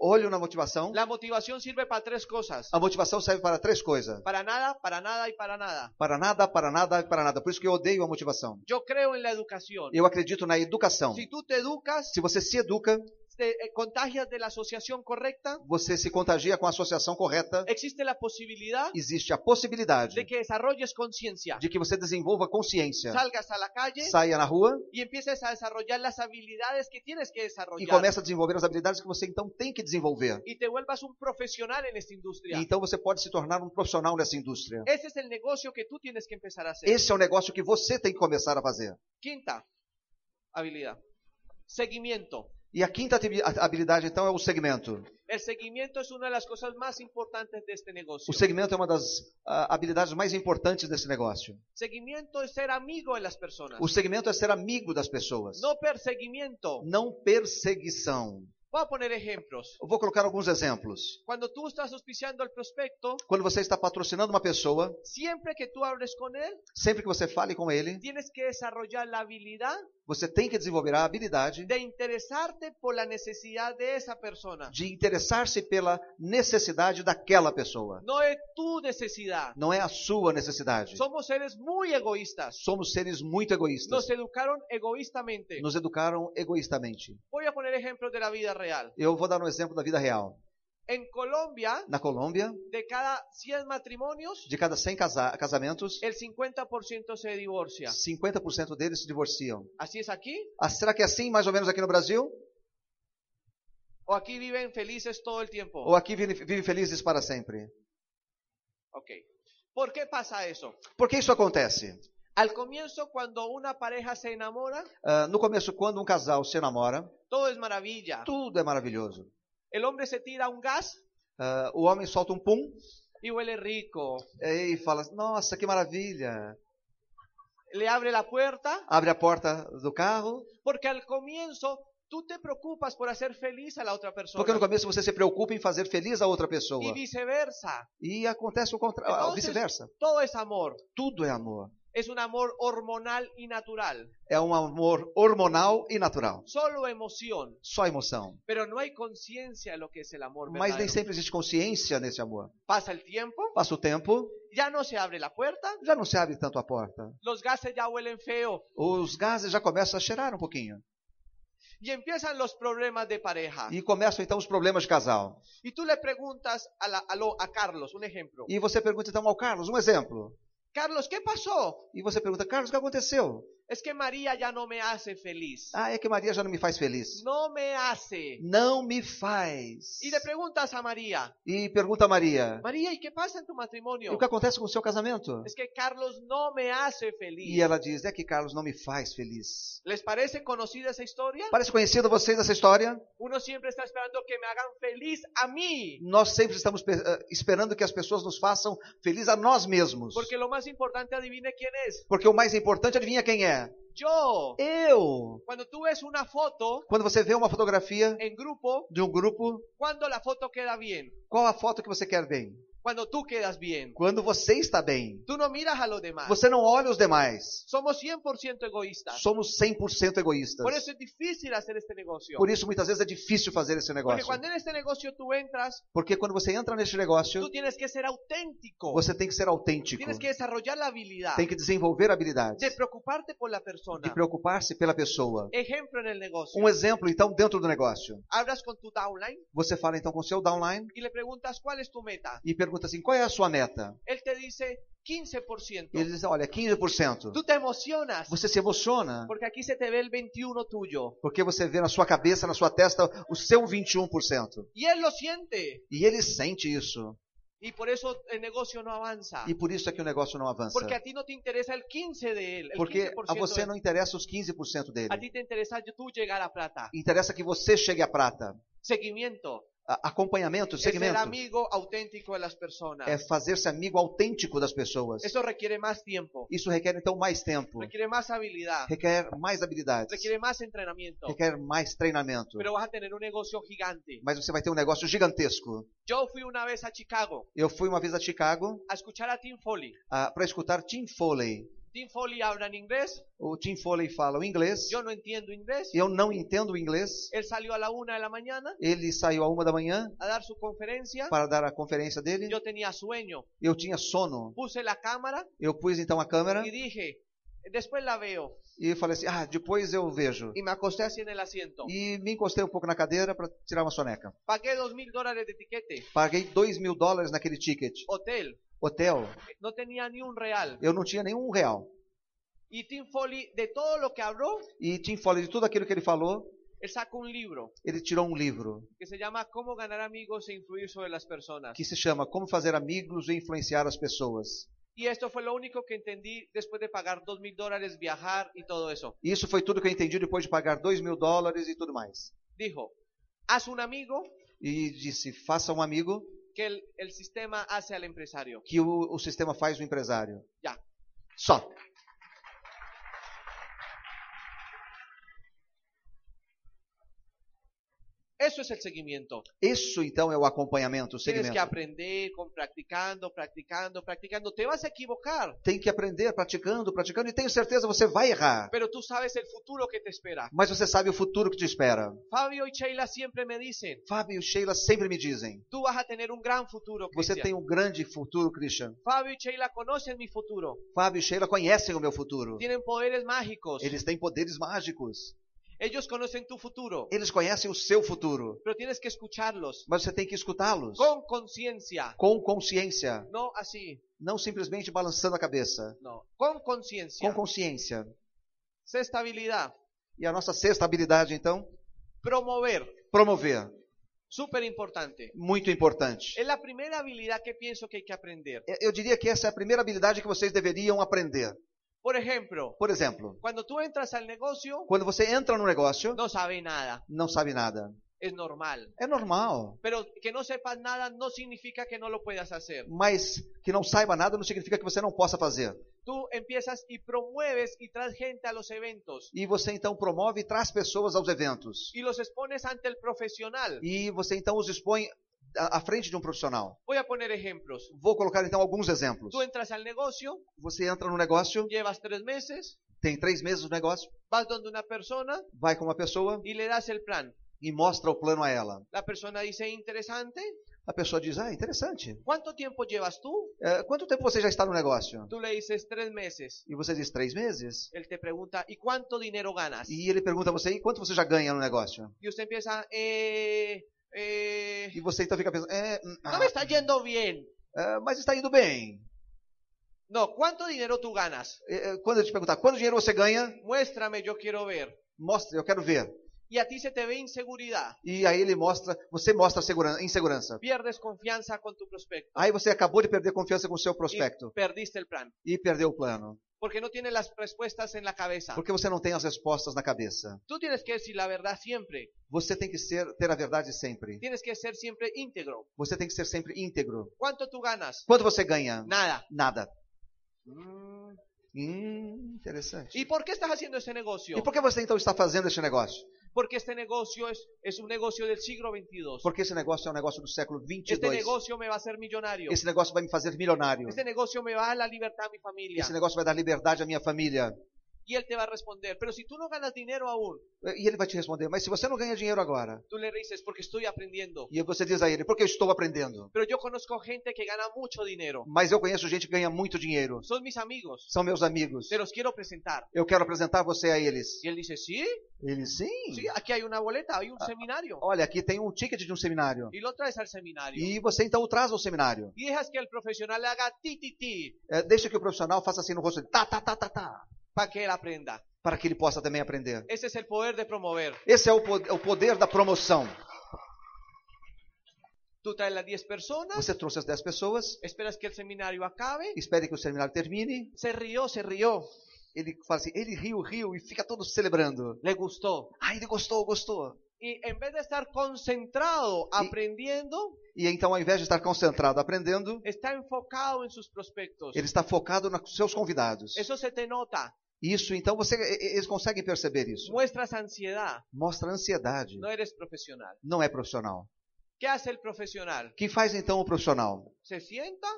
Speaker 3: Olho na motivação.
Speaker 2: La motivación sirve para tres cosas.
Speaker 3: A motivação serve para três coisas:
Speaker 2: Para nada, para nada y para nada.
Speaker 3: para nada, para nada e para nada. Por isso que eu odeio a motivação.
Speaker 2: Yo creo en la educación.
Speaker 3: Eu acredito na educação.
Speaker 2: Si tú te educas,
Speaker 3: Se você se educa,
Speaker 2: te eh, contagias de la asociação correcta,
Speaker 3: você se contagia com a associação correta.
Speaker 2: existe la posibilidad
Speaker 3: Existe a possibilidade
Speaker 2: de É que desarrolles conciencia.
Speaker 3: de que você desenvolva consciência,
Speaker 2: Salgas a la calle
Speaker 3: saia na rua
Speaker 2: y empieces a desarrollar las habilidades que tienes que
Speaker 3: e
Speaker 2: desarrollar.
Speaker 3: comece a desenvolver as habilidades que você então tem que desenvolver.
Speaker 2: Y te vuelvas un profesional en esta industria.
Speaker 3: E então você pode se tornar um profissional nessa indústria.
Speaker 2: Ese es el negocio que tú tienes que empezar a hacer.
Speaker 3: Esse é o negócio que você tem que começar a fazer.
Speaker 2: Quinta habilidad. Seguimiento.
Speaker 3: E a quinta ativi- a- habilidade, então, é o segmento.
Speaker 2: El seguimiento es una de las cosas más importantes de este negocio.
Speaker 3: O segmento é uma das ah, habilidades mais importantes desse negócio.
Speaker 2: seguimiento es ser amigo de las personas.
Speaker 3: O segmento é ser amigo das pessoas,
Speaker 2: No perseguimiento.
Speaker 3: não perseguição.
Speaker 2: Voy a poner ejemplos.
Speaker 3: Eu vou colocar alguns exemplos.
Speaker 2: Cuando tú estás auspiciando al prospecto,
Speaker 3: Quando você está patrocinando uma pessoa,
Speaker 2: siempre que tú hables con él,
Speaker 3: sempre que você fale com ele,
Speaker 2: tienes que desarrollar la habilidad
Speaker 3: você tem que desenvolver a habilidade
Speaker 2: de interesarte por la necesidad de esa persona.
Speaker 3: de interessar-se pela necessidade daquela pessoa.
Speaker 2: No es tu necesidad.
Speaker 3: Não é a sua necessidade.
Speaker 2: Somos seres muy egoístas.
Speaker 3: Somos seres muito egoístas.
Speaker 2: Nos educaron egoístamente.
Speaker 3: Nos educaram egoístamente.
Speaker 2: Voy a poner ejemplos de la vida real.
Speaker 3: Eu vou dar um exemplo da vida real.
Speaker 2: En Colombia,
Speaker 3: Na Colômbia,
Speaker 2: de cada 100 matrimonios,
Speaker 3: de cada 100 casa- casamentos,
Speaker 2: el 50% se divorcia.
Speaker 3: 50% deles se divorciam.
Speaker 2: ¿Así es aquí?
Speaker 3: Ah, será que é assim mais ou menos aqui no Brasil?
Speaker 2: ¿O aquí viven felices todo el tiempo?
Speaker 3: Ou aqui vive- vivem felizes para sempre?
Speaker 2: Ok. ¿Por qué pasa eso?
Speaker 3: Por que isso acontece?
Speaker 2: Al comienzo, cuando una pareja se enamora,
Speaker 3: Ah, no começo, quando um casal se namora,
Speaker 2: todo es maravilla.
Speaker 3: tudo é maravilhoso.
Speaker 2: El hombre se tira um gas
Speaker 3: Ah, o homem solta um pum
Speaker 2: y huele rico.
Speaker 3: e fala: assim, Nossa, que maravilha!
Speaker 2: Le abre la puerta,
Speaker 3: Abre a porta do carro,
Speaker 2: porque al comienzo tú te preocupas por hacer feliz a la otra
Speaker 3: porque no
Speaker 2: persona.
Speaker 3: começo você se preocupa em fazer feliz a outra pessoa.
Speaker 2: Y viceversa.
Speaker 3: E acontece o contrário, ah,
Speaker 2: Então,
Speaker 3: vice-versa.
Speaker 2: Todo es amor.
Speaker 3: Tudo é amor.
Speaker 2: Es un amor hormonal y natural.
Speaker 3: É um amor hormonal e natural.
Speaker 2: Solo emoción.
Speaker 3: Só emoção.
Speaker 2: Pero no hay conciencia de lo que es el amor
Speaker 3: Mas nem
Speaker 2: verdadero.
Speaker 3: sempre existe consciência nesse amor.
Speaker 2: Pasa el tiempo,
Speaker 3: Passa o tempo,
Speaker 2: ya no se abre la puerta,
Speaker 3: já não se abre tanto a porta.
Speaker 2: los gases ya huelen feo.
Speaker 3: Os gases já começam a cheirar um pouquinho.
Speaker 2: Y empiezan los problemas de pareja.
Speaker 3: E começam então os problemas de casal.
Speaker 2: Y tú le preguntas a, la- a lo- a Carlos, un ejemplo.
Speaker 3: E você pergunta então ao Carlos, um exemplo.
Speaker 2: Carlos, ¿qué pasó?
Speaker 3: E você pergunta, Carlos, o que aconteceu?
Speaker 2: Es que María ya no me hace feliz.
Speaker 3: Ah, é que Maria já não me faz feliz.
Speaker 2: No me hace.
Speaker 3: Não me faz.
Speaker 2: Y le preguntas a María,
Speaker 3: E pergunta a Maria,
Speaker 2: María, ¿y qué pasa en tu
Speaker 3: e
Speaker 2: matrimonio?
Speaker 3: o que acontece com o seu casamento?
Speaker 2: Es que Carlos no me hace
Speaker 3: E
Speaker 2: feliz.
Speaker 3: ela diz, é que Carlos não me faz feliz.
Speaker 2: ¿Les parece conocida esa historia?
Speaker 3: Parece conhecido a vocês essa história?
Speaker 2: Uno siempre está esperando que me hagan feliz a mí.
Speaker 3: Nós sempre estamos pe- eh, esperando que as pessoas nos façam feliz a nós mesmos.
Speaker 2: Porque lo más importante, adivine quién es.
Speaker 3: Porque o mais importante, adivinha quem é?
Speaker 2: Yo.
Speaker 3: Eh. Eu!
Speaker 2: Cuando tú ves una foto
Speaker 3: Quando você vê uma fotografia
Speaker 2: en grupo,
Speaker 3: de um grupo,
Speaker 2: cuando la foto queda bien,
Speaker 3: qual a foto que você quer bem?
Speaker 2: cuando tú quedas bien,
Speaker 3: Quando você está bem.
Speaker 2: tú no miras a los demás.
Speaker 3: Você não olha os demais.
Speaker 2: Somos 100% egoístas.
Speaker 3: Somos 100% egoístas.
Speaker 2: Por eso es difícil hacer este negocio.
Speaker 3: Por isso, muitas vezes é difícil fazer esse
Speaker 2: Porque
Speaker 3: negócio.
Speaker 2: cuando en este negocio tú entras,
Speaker 3: Porque quando você entra neste
Speaker 2: tú
Speaker 3: negócio,
Speaker 2: tienes que ser auténtico.
Speaker 3: você tem que ser autêntico.
Speaker 2: Tienes que desarrollar la habilidad
Speaker 3: Tem que desenvolver habilidades.
Speaker 2: de preocuparte por la
Speaker 3: De
Speaker 2: persona.
Speaker 3: preocupar-se pela pessoa.
Speaker 2: Ejemplo en el negocio.
Speaker 3: Um exemplo, então, dentro do negócio.
Speaker 2: Hablas con tu downline
Speaker 3: Você fala, então, com o seu downline
Speaker 2: y le preguntas cuál es tu meta.
Speaker 3: e pergunta assim, qual é a sua meta?
Speaker 2: Él te dice
Speaker 3: E ele
Speaker 2: 15%.
Speaker 3: diz, olha, 15%.
Speaker 2: Tú te emocionas
Speaker 3: Você se emociona
Speaker 2: porque aquí se te ve el 21 tuyo.
Speaker 3: porque você vê na sua cabeça, na sua testa, o seu 21%.
Speaker 2: Y él lo siente.
Speaker 3: E ele sente isso.
Speaker 2: Y por eso el negocio no avanza.
Speaker 3: E por isso é que o negócio não avança.
Speaker 2: Ah. Porque a ti no te interesa el 15 de él. El
Speaker 3: Porque a
Speaker 2: 15% de
Speaker 3: você
Speaker 2: él.
Speaker 3: não interessa os 15% dele.
Speaker 2: é A ti te interesa tú llegar a plata.
Speaker 3: Interessa que você chegue à prata.
Speaker 2: Seguimiento.
Speaker 3: A- Acompanhamento,
Speaker 2: Es ser
Speaker 3: segmento.
Speaker 2: amigo auténtico de las personas.
Speaker 3: É fazer-se amigo autêntico das pessoas.
Speaker 2: Eso requiere más tiempo.
Speaker 3: Isso requer, então, mais tempo.
Speaker 2: Requiere más habilidad.
Speaker 3: Requer mais habilidades.
Speaker 2: Requiere más entrenamiento.
Speaker 3: Requer mais treinamento.
Speaker 2: Pero vas a tener un negocio gigante.
Speaker 3: Mas você vai ter um negócio gigantesco.
Speaker 2: Yo fui una vez a Chicago
Speaker 3: Eu fui uma vez a Chicago
Speaker 2: a escuchar a Tim Foley.
Speaker 3: para escutar Tim Foley.
Speaker 2: Tim Foley habla en inglés.
Speaker 3: O Tim Foley fala o inglês.
Speaker 2: Yo no entiendo inglés.
Speaker 3: Eu não entendo o inglês.
Speaker 2: Él salió a la una de la mañana
Speaker 3: Ele saiu à uma da manhã
Speaker 2: a dar su conferencia.
Speaker 3: para dar a conferência dele.
Speaker 2: Yo tenía sueño.
Speaker 3: Eu tinha sono.
Speaker 2: Puse la cámara
Speaker 3: Eu pus então a câmera
Speaker 2: y dije, después la veo.
Speaker 3: e falei assim: ah, depois eu vejo.
Speaker 2: Y me acosté así en el asiento.
Speaker 3: E me encostei um pouco na cadeira para tirar uma soneca.
Speaker 2: Pagué dos mil dólares de etiquete.
Speaker 3: Paguei 2 mil dólares naquele ticket.
Speaker 2: Hotel.
Speaker 3: Hotel,
Speaker 2: No tenía ni un real.
Speaker 3: eu não tinha nenhum real.
Speaker 2: Y Tim Foley, de todo lo que habló,
Speaker 3: E Tim Foley, de tudo aquilo que ele falou,
Speaker 2: él sacó un libro
Speaker 3: ele tirou um livro
Speaker 2: que se llama Cómo ganar amigos e influir sobre las personas.
Speaker 3: que se chama Como Fazer Amigos e Influenciar as Pessoas.
Speaker 2: Y esto fue lo único que entendí después de pagar dos mil dólares, viajar y todo eso.
Speaker 3: E isso foi tudo que eu entendi depois de pagar 2 mil dólares e tudo mais.
Speaker 2: Dijo, haz un amigo
Speaker 3: E disse: faça um amigo
Speaker 2: que el, el sistema hace al empresario.
Speaker 3: que o, o sistema faz o empresário.
Speaker 2: Ya.
Speaker 3: Só.
Speaker 2: Eso es el seguimiento.
Speaker 3: Isso então é o acompanhamento, o
Speaker 2: Tienes que
Speaker 3: segmento.
Speaker 2: aprender con practicando, practicando, practicando. Te vas a equivocar,
Speaker 3: Tem que aprender praticando, praticando, e tenho certeza você vai errar.
Speaker 2: pero tú sabes el futuro que te espera.
Speaker 3: Mas você sabe o futuro que te espera.
Speaker 2: Fabio y Sheila siempre me dicen,
Speaker 3: Fábio e Sheila sempre me dizem:
Speaker 2: tú vas a tener un gran futuro.
Speaker 3: Você
Speaker 2: Cristian.
Speaker 3: tem um grande futuro, Christian.
Speaker 2: Fabio y Sheila conocen mi futuro.
Speaker 3: Fábio e Sheila conhecem o meu futuro.
Speaker 2: Tienen poderes mágicos.
Speaker 3: Eles têm poderes mágicos.
Speaker 2: Ellos conocen tu futuro,
Speaker 3: Eles conhecem o seu futuro.
Speaker 2: pero tienes que escucharlos
Speaker 3: Mas você tem que escutá-los
Speaker 2: con conciencia,
Speaker 3: com consciência.
Speaker 2: no así,
Speaker 3: Não simplesmente balançando a cabeça.
Speaker 2: no, con
Speaker 3: Com
Speaker 2: conciencia.
Speaker 3: consciência.
Speaker 2: Sextabilidad,
Speaker 3: E a nossa sexta habilidade, então?
Speaker 2: promover,
Speaker 3: Promover.
Speaker 2: súper importante.
Speaker 3: Muito importante.
Speaker 2: Es la primera habilidad que pienso que hay que aprender.
Speaker 3: Eu- Eu diria que essa é a primeira habilidade que vocês deveriam aprender.
Speaker 2: Por ejemplo,
Speaker 3: Por exemplo,
Speaker 2: cuando tú entras al negocio,
Speaker 3: quando você entra no negócio,
Speaker 2: no sabe nada,
Speaker 3: não sabe nada.
Speaker 2: es normal.
Speaker 3: É normal.
Speaker 2: Pero que no sepas nada no significa que no lo puedas hacer.
Speaker 3: Mas que não saiba nada não significa que você não possa fazer.
Speaker 2: Tú empiezas y promueves y traes gente a los eventos
Speaker 3: E você então promove e traz pessoas aos eventos.
Speaker 2: y los expones ante el profesional.
Speaker 3: E você então os expõe à à frente de um profissional.
Speaker 2: Voy a poner ejemplos.
Speaker 3: Vou colocar então alguns exemplos.
Speaker 2: Tú entras al negocio,
Speaker 3: Você entra no negócio,
Speaker 2: llevas tres meses,
Speaker 3: tem três meses no negócio,
Speaker 2: vas donde una persona
Speaker 3: vai com uma pessoa
Speaker 2: y le das el plan.
Speaker 3: e mostra o plano a ela.
Speaker 2: La persona dice interesante,
Speaker 3: A pessoa diz: Ah, interessante.
Speaker 2: ¿Cuánto tiempo llevas tú?
Speaker 3: Eh, quanto tempo você já está no negócio?
Speaker 2: Tú le dices tres meses.
Speaker 3: E você diz: Três meses.
Speaker 2: Él te pregunta, ¿y cuánto dinero ganas?
Speaker 3: E ele pergunta a você: E quanto você já ganha no negócio?
Speaker 2: Y usted empieza, eh, eh,
Speaker 3: E você então fica pensando: É, hum,
Speaker 2: no
Speaker 3: ah,
Speaker 2: me está yendo bien.
Speaker 3: é, mas está indo bem.
Speaker 2: No, ¿cuánto dinero tú ganas?
Speaker 3: É, é, Quando eu te perguntar quanto dinheiro você ganha,
Speaker 2: Muéstrame, yo quiero ver.
Speaker 3: mostra, eu quero ver.
Speaker 2: Y a ti se te ve inseguridad.
Speaker 3: E aí ele mostra, você mostra a seguran- insegurança.
Speaker 2: Pierdes confianza con tu prospecto.
Speaker 3: Aí você acabou de perder confiança com o seu
Speaker 2: Y
Speaker 3: prospecto
Speaker 2: perdiste el plan.
Speaker 3: e perdeu o plano,
Speaker 2: Porque no tienes las respuestas en la cabeza.
Speaker 3: porque você não tem as respostas na cabeça.
Speaker 2: Tú tienes que decir la verdad siempre.
Speaker 3: Você tem que ser ter a verdade sempre.
Speaker 2: Tienes que ser siempre íntegro.
Speaker 3: Você tem que ser sempre íntegro.
Speaker 2: ¿Cuánto tú ganas?
Speaker 3: Quanto você ganha?
Speaker 2: Nada.
Speaker 3: Nada. Mm. Hum, interessante.
Speaker 2: ¿Y por qué estás haciendo este negocio?
Speaker 3: E por que você então está fazendo este negócio?
Speaker 2: Porque este negocio es, es un negocio del siglo XXII.
Speaker 3: Porque esse negócio é um negócio do século
Speaker 2: Este
Speaker 3: 22.
Speaker 2: negocio me va a hacer millonario.
Speaker 3: Esse negócio vai me fazer milionário.
Speaker 2: Este negocio me va a dar la libertad a mi familia.
Speaker 3: Esse negócio vai dar liberdade à minha família.
Speaker 2: Y él te va a responder, pero si tú no ganas dinero aún,
Speaker 3: E ele vai te responder: Mas se você não ganha dinheiro agora,
Speaker 2: tú le dices, porque estoy aprendiendo.
Speaker 3: e você diz a ele: Porque eu estou aprendendo.
Speaker 2: Pero yo conozco gente que gana mucho dinero.
Speaker 3: Mas eu conheço gente que ganha muito dinheiro.
Speaker 2: Son mis amigos.
Speaker 3: São meus amigos.
Speaker 2: Te los quiero presentar.
Speaker 3: Eu quero apresentar você a eles.
Speaker 2: Y él dice, sí,
Speaker 3: Ele sim.
Speaker 2: sí, aqui hay una boleta, hay un seminario.
Speaker 3: Olha, aqui tem um ticket de um seminário.
Speaker 2: Y lo traes al seminario.
Speaker 3: E você então o traz ao seminário.
Speaker 2: Y dejas que el profesional le haga ti, ti, ti,
Speaker 3: É, deixa que o profissional faça assim no rosto dele, tá, tá, tá, tá, tá,
Speaker 2: para que él aprenda.
Speaker 3: para que ele possa também aprender.
Speaker 2: Ese es el poder de promover.
Speaker 3: Esse é o po- é o poder da promoção.
Speaker 2: Tú traes las 10 personas,
Speaker 3: Você trouxe as 10 pessoas,
Speaker 2: esperas que el seminario acabe.
Speaker 3: espere que o seminário termine.
Speaker 2: Se rió, se rió.
Speaker 3: Ele fala assim, ele riu, riu e fica todo celebrando.
Speaker 2: Le gustó.
Speaker 3: Ah, ele gostou, gostou.
Speaker 2: Y en vez de estar concentrado
Speaker 3: Y-
Speaker 2: aprendiendo,
Speaker 3: E então, ao invés de estar concentrado aprendendo,
Speaker 2: está enfocado en sus prospectos.
Speaker 3: ele está focado nos seus convidados.
Speaker 2: Eso se te nota.
Speaker 3: Isso, então, você, e- e- eles conseguem perceber isso.
Speaker 2: Muestras ansiedad.
Speaker 3: Mostra ansiedade.
Speaker 2: No eres profesional.
Speaker 3: Não é profissional.
Speaker 2: ¿Qué hace el profesional?
Speaker 3: Quem faz então o profissional?
Speaker 2: Se sienta,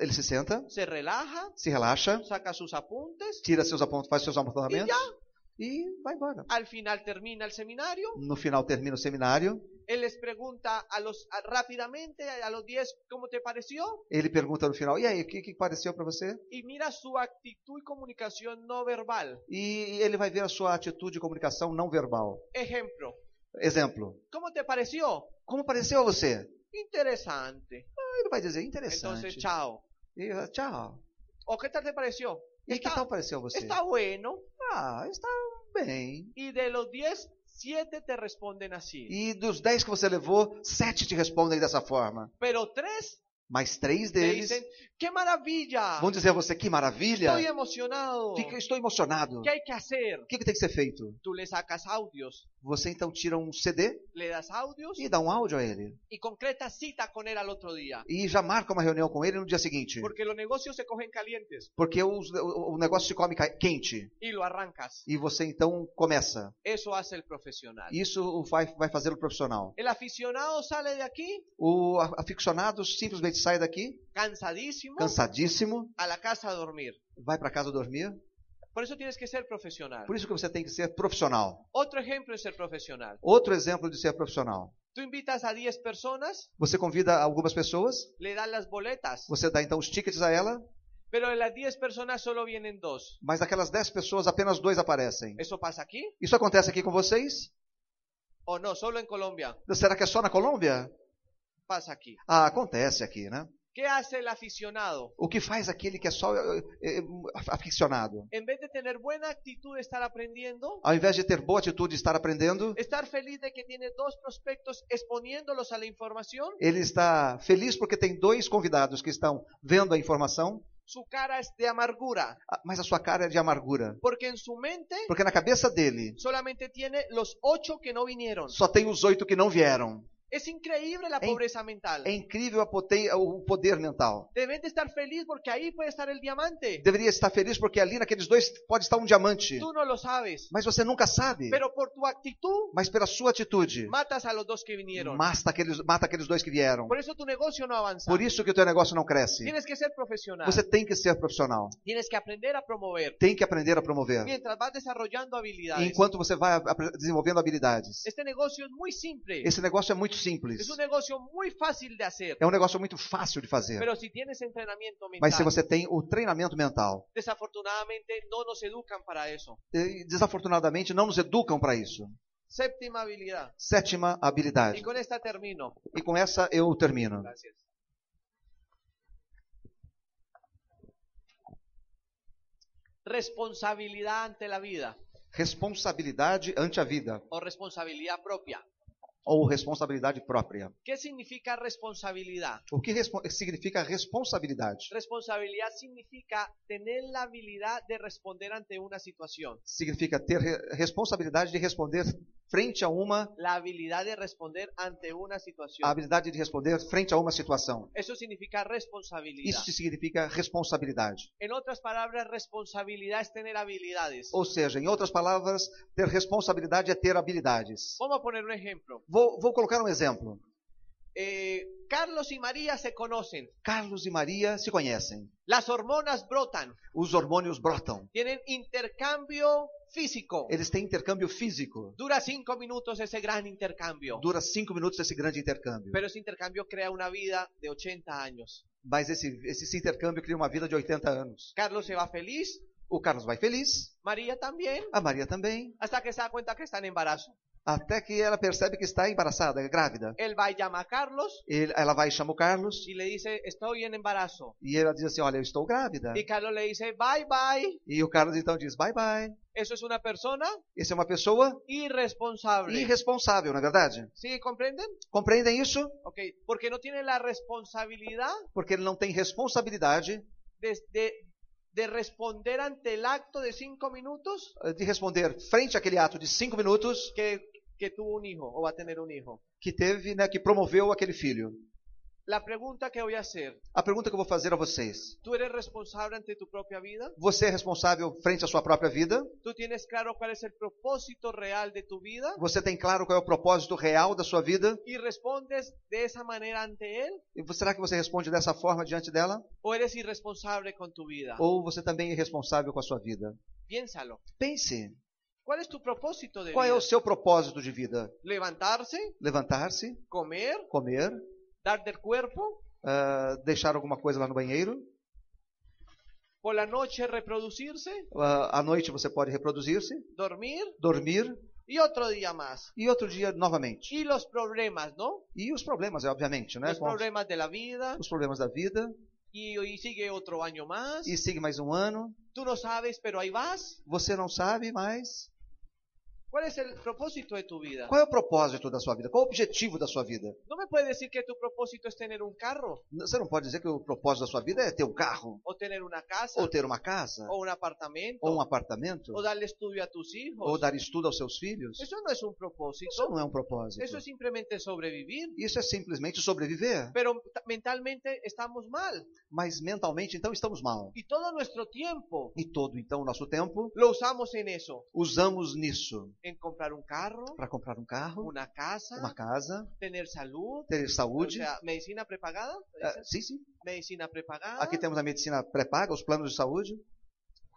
Speaker 3: Ele se senta,
Speaker 2: se relaja,
Speaker 3: se relaxa,
Speaker 2: saca sus apuntes.
Speaker 3: tira seus apontamentos, faz seus
Speaker 2: Y
Speaker 3: apontamentos
Speaker 2: ya,
Speaker 3: e vai embora.
Speaker 2: al final termina el seminario.
Speaker 3: No final termina o seminário,
Speaker 2: Él les pregunta a los a- rápidamente a los 10 cómo te pareció
Speaker 3: ele pergunta no final: "E aí, o que, que pareceu para você?"
Speaker 2: y mira su actitud y comunicación no verbal.
Speaker 3: E ele vai ver a sua atitude de comunicação não verbal.
Speaker 2: Ejemplo,
Speaker 3: Exemplo:
Speaker 2: ¿cómo te pareció?
Speaker 3: "Como pareceu a você?"
Speaker 2: Interesante.
Speaker 3: Ah, Ele vai dizer:
Speaker 2: Entonces,
Speaker 3: "Interessante."
Speaker 2: chao.
Speaker 3: E, ah, tchau.
Speaker 2: ¿O qué tal te pareció?
Speaker 3: E que
Speaker 2: Está-
Speaker 3: tal pareceu a você?
Speaker 2: Está bueno.
Speaker 3: Ah, está bem.
Speaker 2: Y de los 10, 7 te responden así.
Speaker 3: E dos 10 que você levou, sete te respondem dessa forma.
Speaker 2: Pero 3
Speaker 3: Mas três
Speaker 2: te
Speaker 3: deles
Speaker 2: dicen, ¡qué maravilla!
Speaker 3: vão dizer a você: "Que maravilha!"
Speaker 2: Estoy emocionado.
Speaker 3: Fica- estou emocionado.
Speaker 2: ¿Qué hay que é hacer?
Speaker 3: O que, que tem que ser feito?
Speaker 2: Tú le sacas audios,
Speaker 3: Você então tira um CD
Speaker 2: le das audios
Speaker 3: e dá um áudio a ele.
Speaker 2: y concretas cita con él al otro día.
Speaker 3: E já marca uma reunião com ele no dia seguinte.
Speaker 2: Porque los negocios se cogen calientes
Speaker 3: Porque os- o, o negócio se come ca- quente.
Speaker 2: y lo arrancas.
Speaker 3: E você então começa.
Speaker 2: Eso hace el profesional.
Speaker 3: Isso o vai, vai fazer o profissional.
Speaker 2: El aficionado sale de aquí
Speaker 3: O a- aficionado simplesmente sai daqui,
Speaker 2: cansadísimo
Speaker 3: cansadíssimo,
Speaker 2: a la casa a dormir.
Speaker 3: vai para casa dormir.
Speaker 2: Por eso tienes que ser profesional.
Speaker 3: Por isso que você tem que ser profissional.
Speaker 2: Otro ejemplo es ser profesional.
Speaker 3: Outro exemplo de ser profissional.
Speaker 2: Tú invitas a 10 personas,
Speaker 3: Você convida algumas pessoas,
Speaker 2: le das las boletas,
Speaker 3: você dá então os tickets a ela,
Speaker 2: pero de las 10 personas solo vienen dos.
Speaker 3: mas daquelas 10 pessoas apenas dois aparecem.
Speaker 2: ¿Eso pasa aquí?
Speaker 3: Isso acontece aqui com vocês?
Speaker 2: ¿O no? Solo en Colombia
Speaker 3: Será que é só na Colômbia?
Speaker 2: pasa aquí.
Speaker 3: Ah, acontece aqui, né?
Speaker 2: ¿Qué hace el aficionado?
Speaker 3: O que faz aquele que é só eh, eh, aficionado?
Speaker 2: En vez de tener buena actitud de estar aprendiendo,
Speaker 3: Ao invés de ter boa atitude e estar aprendendo,
Speaker 2: estar feliz de que tiene dos prospectos exponiéndolos a la información,
Speaker 3: ele está feliz porque tem dois convidados que estão vendo a informação,
Speaker 2: su cara es de amargura,
Speaker 3: ah, mas a sua cara é de amargura.
Speaker 2: porque en su mente
Speaker 3: Porque na cabeça dele
Speaker 2: solamente tiene los ocho que no vinieron.
Speaker 3: só tem os oito que não vieram.
Speaker 2: Es increíble la
Speaker 3: En-
Speaker 2: pobreza mental.
Speaker 3: É incrível a pote- o poder mental.
Speaker 2: Deben de estar feliz porque ahí puede estar el diamante.
Speaker 3: Deveria estar feliz porque ali naqueles dois pode estar um diamante.
Speaker 2: Tú no lo sabes,
Speaker 3: Mas você nunca sabe.
Speaker 2: pero por tu actitud
Speaker 3: Mas pela sua atitude,
Speaker 2: matas a los dos que vinieron.
Speaker 3: mata aqueles, mata aqueles dois que vieram.
Speaker 2: Por eso tu negocio no avanza.
Speaker 3: Por isso que o teu negócio não cresce.
Speaker 2: Tienes que ser profesional.
Speaker 3: Você tem que ser profissional.
Speaker 2: Tienes que aprender a promover.
Speaker 3: Tem que aprender a promover.
Speaker 2: Mientras vas desarrollando habilidades.
Speaker 3: Enquanto você vai apre- desenvolvendo habilidades.
Speaker 2: Este negocio es muy simple.
Speaker 3: Esse negócio é muito simples.
Speaker 2: Es un negocio muy fácil de hacer,
Speaker 3: É um negócio muito fácil de fazer.
Speaker 2: pero si tienes entrenamiento mental,
Speaker 3: Mas se você tem o treinamento mental,
Speaker 2: desafortunadamente no nos educan para eso.
Speaker 3: e, desafortunadamente não nos educam para isso.
Speaker 2: Séptima habilidad.
Speaker 3: Sétima
Speaker 2: Y
Speaker 3: habilidade.
Speaker 2: con esta termino.
Speaker 3: E com essa eu termino.
Speaker 2: Gracias. Responsabilidad ante la vida
Speaker 3: Responsabilidade ante a vida
Speaker 2: o responsabilidad propia.
Speaker 3: ou responsabilidade própria.
Speaker 2: ¿Qué significa responsabilidad?
Speaker 3: O que respo- significa responsabilidade?
Speaker 2: Responsabilidad significa tener la habilidad de responder ante una situación,
Speaker 3: Significa ter re- responsabilidade de responder frente a uma
Speaker 2: la habilidad de responder ante una
Speaker 3: a
Speaker 2: situación.
Speaker 3: habilidade de responder frente a uma situação.
Speaker 2: Eso significa responsabilidad.
Speaker 3: Isso significa responsabilidade.
Speaker 2: En otras palabras, responsabilidad es tener habilidades.
Speaker 3: Ou seja, em outras palavras, ter responsabilidade é ter habilidades.
Speaker 2: Vamos a poner un ejemplo.
Speaker 3: Vou, vou colocar um exemplo.
Speaker 2: Eh, Carlos y María se conocen.
Speaker 3: Carlos e Maria se conhecem.
Speaker 2: Las hormonas brotan,
Speaker 3: Os hormônios brotam.
Speaker 2: tienen intercambio físico.
Speaker 3: Eles têm intercâmbio físico.
Speaker 2: Dura cinco minutos esse gran intercambio,
Speaker 3: Dura cinco minutos esse grande intercâmbio.
Speaker 2: pero ese intercambio crea una vida de 80 años.
Speaker 3: Mas esse, esse intercâmbio cria uma vida de 80 anos.
Speaker 2: Carlos se va feliz,
Speaker 3: O Carlos vai feliz,
Speaker 2: María también,
Speaker 3: a Maria também,
Speaker 2: hasta que se da cuenta que está en embarazo.
Speaker 3: até que ela percebe que está embaraçada, grávida.
Speaker 2: Él va y llama a Carlos
Speaker 3: Ele- ela vai e chama o Carlos
Speaker 2: y le dice, estoy en embarazo.
Speaker 3: e ela diz assim: Olha, eu estou grávida.
Speaker 2: Y Carlos le dice, bye bye,
Speaker 3: E o Carlos então diz: Bye bye.
Speaker 2: eso es una persona
Speaker 3: Essa é uma pessoa
Speaker 2: irresponsable.
Speaker 3: irresponsável, na é verdade?
Speaker 2: ¿Sí comprenden?
Speaker 3: Compreendem isso?
Speaker 2: Ok, porque no tiene la responsabilidad
Speaker 3: Porque ele não tem responsabilidade eh,
Speaker 2: de, de- de responder ante el acto de cinco minutos
Speaker 3: eh, de responder frente àquele ato de cinco minutos
Speaker 2: que, que tuvo un hijo o va a tener un hijo.
Speaker 3: que teve, né, que promoveu aquele filho.
Speaker 2: La pregunta que voy a hacer,
Speaker 3: A pergunta que eu vou fazer a vocês:
Speaker 2: ¿tú eres responsable ante tu propia vida?
Speaker 3: Você é responsável frente à sua própria vida?
Speaker 2: ¿Tú tienes claro cuál es el propósito real de tu vida?
Speaker 3: Você tem claro qual é o propósito real da sua vida?
Speaker 2: ¿Y respondes de esa manera ante él?
Speaker 3: E vo- será que você responde dessa forma diante dela?
Speaker 2: ¿O eres irresponsable con tu vida?
Speaker 3: Ou você também é responsável com a sua vida?
Speaker 2: Piénsalo.
Speaker 3: Pense.
Speaker 2: ¿Cuál es tu propósito de
Speaker 3: Qual é
Speaker 2: vida?
Speaker 3: o seu propósito de vida?
Speaker 2: ¿Levantarse?
Speaker 3: Levantar-se,
Speaker 2: ¿Comer?
Speaker 3: comer,
Speaker 2: ¿Dar del cuerpo?
Speaker 3: ah, deixar alguma coisa lá no banheiro?
Speaker 2: ¿Por la noche reproducirse?
Speaker 3: Ah, à noite você pode reproduzir-se,
Speaker 2: ¿Dormir?
Speaker 3: dormir
Speaker 2: Y otro día más.
Speaker 3: e outro dia novamente.
Speaker 2: Y los problemas, ¿no?
Speaker 3: E os problemas, é, obviamente, né?
Speaker 2: Los
Speaker 3: Com os-
Speaker 2: problemas de la vida.
Speaker 3: os problemas da vida.
Speaker 2: Y, y sigue otro año más.
Speaker 3: E siga mais um ano.
Speaker 2: Tú no sabes, pero ahí vas.
Speaker 3: Você não sabe mais.
Speaker 2: ¿Cuál es el propósito de tu vida?
Speaker 3: Qual é o propósito da sua vida? Qual é o objetivo da sua vida?
Speaker 2: No me puedes decir que tu propósito es tener un carro
Speaker 3: Você não pode dizer que o propósito da sua vida é ter um carro,
Speaker 2: o tener una casa
Speaker 3: ou ter uma casa,
Speaker 2: o un apartamento
Speaker 3: ou um apartamento,
Speaker 2: o darle estudio a tus
Speaker 3: ou
Speaker 2: hijos.
Speaker 3: dar estudo aos seus filhos.
Speaker 2: Eso no es un propósito.
Speaker 3: Isso não é um propósito.
Speaker 2: Eso es simplemente sobrevivir.
Speaker 3: Isso é simplesmente sobreviver.
Speaker 2: Pero ta- mentalmente estamos mal.
Speaker 3: Mas mentalmente, então, estamos mal.
Speaker 2: Y todo nuestro tiempo
Speaker 3: E todo, então, o nosso tempo
Speaker 2: lo usamos en eso.
Speaker 3: usamos nisso
Speaker 2: En comprar un carro,
Speaker 3: para comprar um carro,
Speaker 2: una casa,
Speaker 3: uma casa,
Speaker 2: tener salud.
Speaker 3: ter
Speaker 2: O
Speaker 3: saúde.
Speaker 2: sea, medicina prepagada. ¿le
Speaker 3: Ah,
Speaker 2: dicen?
Speaker 3: sim, sim.
Speaker 2: Medicina prepagada.
Speaker 3: Aqui temos a medicina pré-paga, os planos de saúde.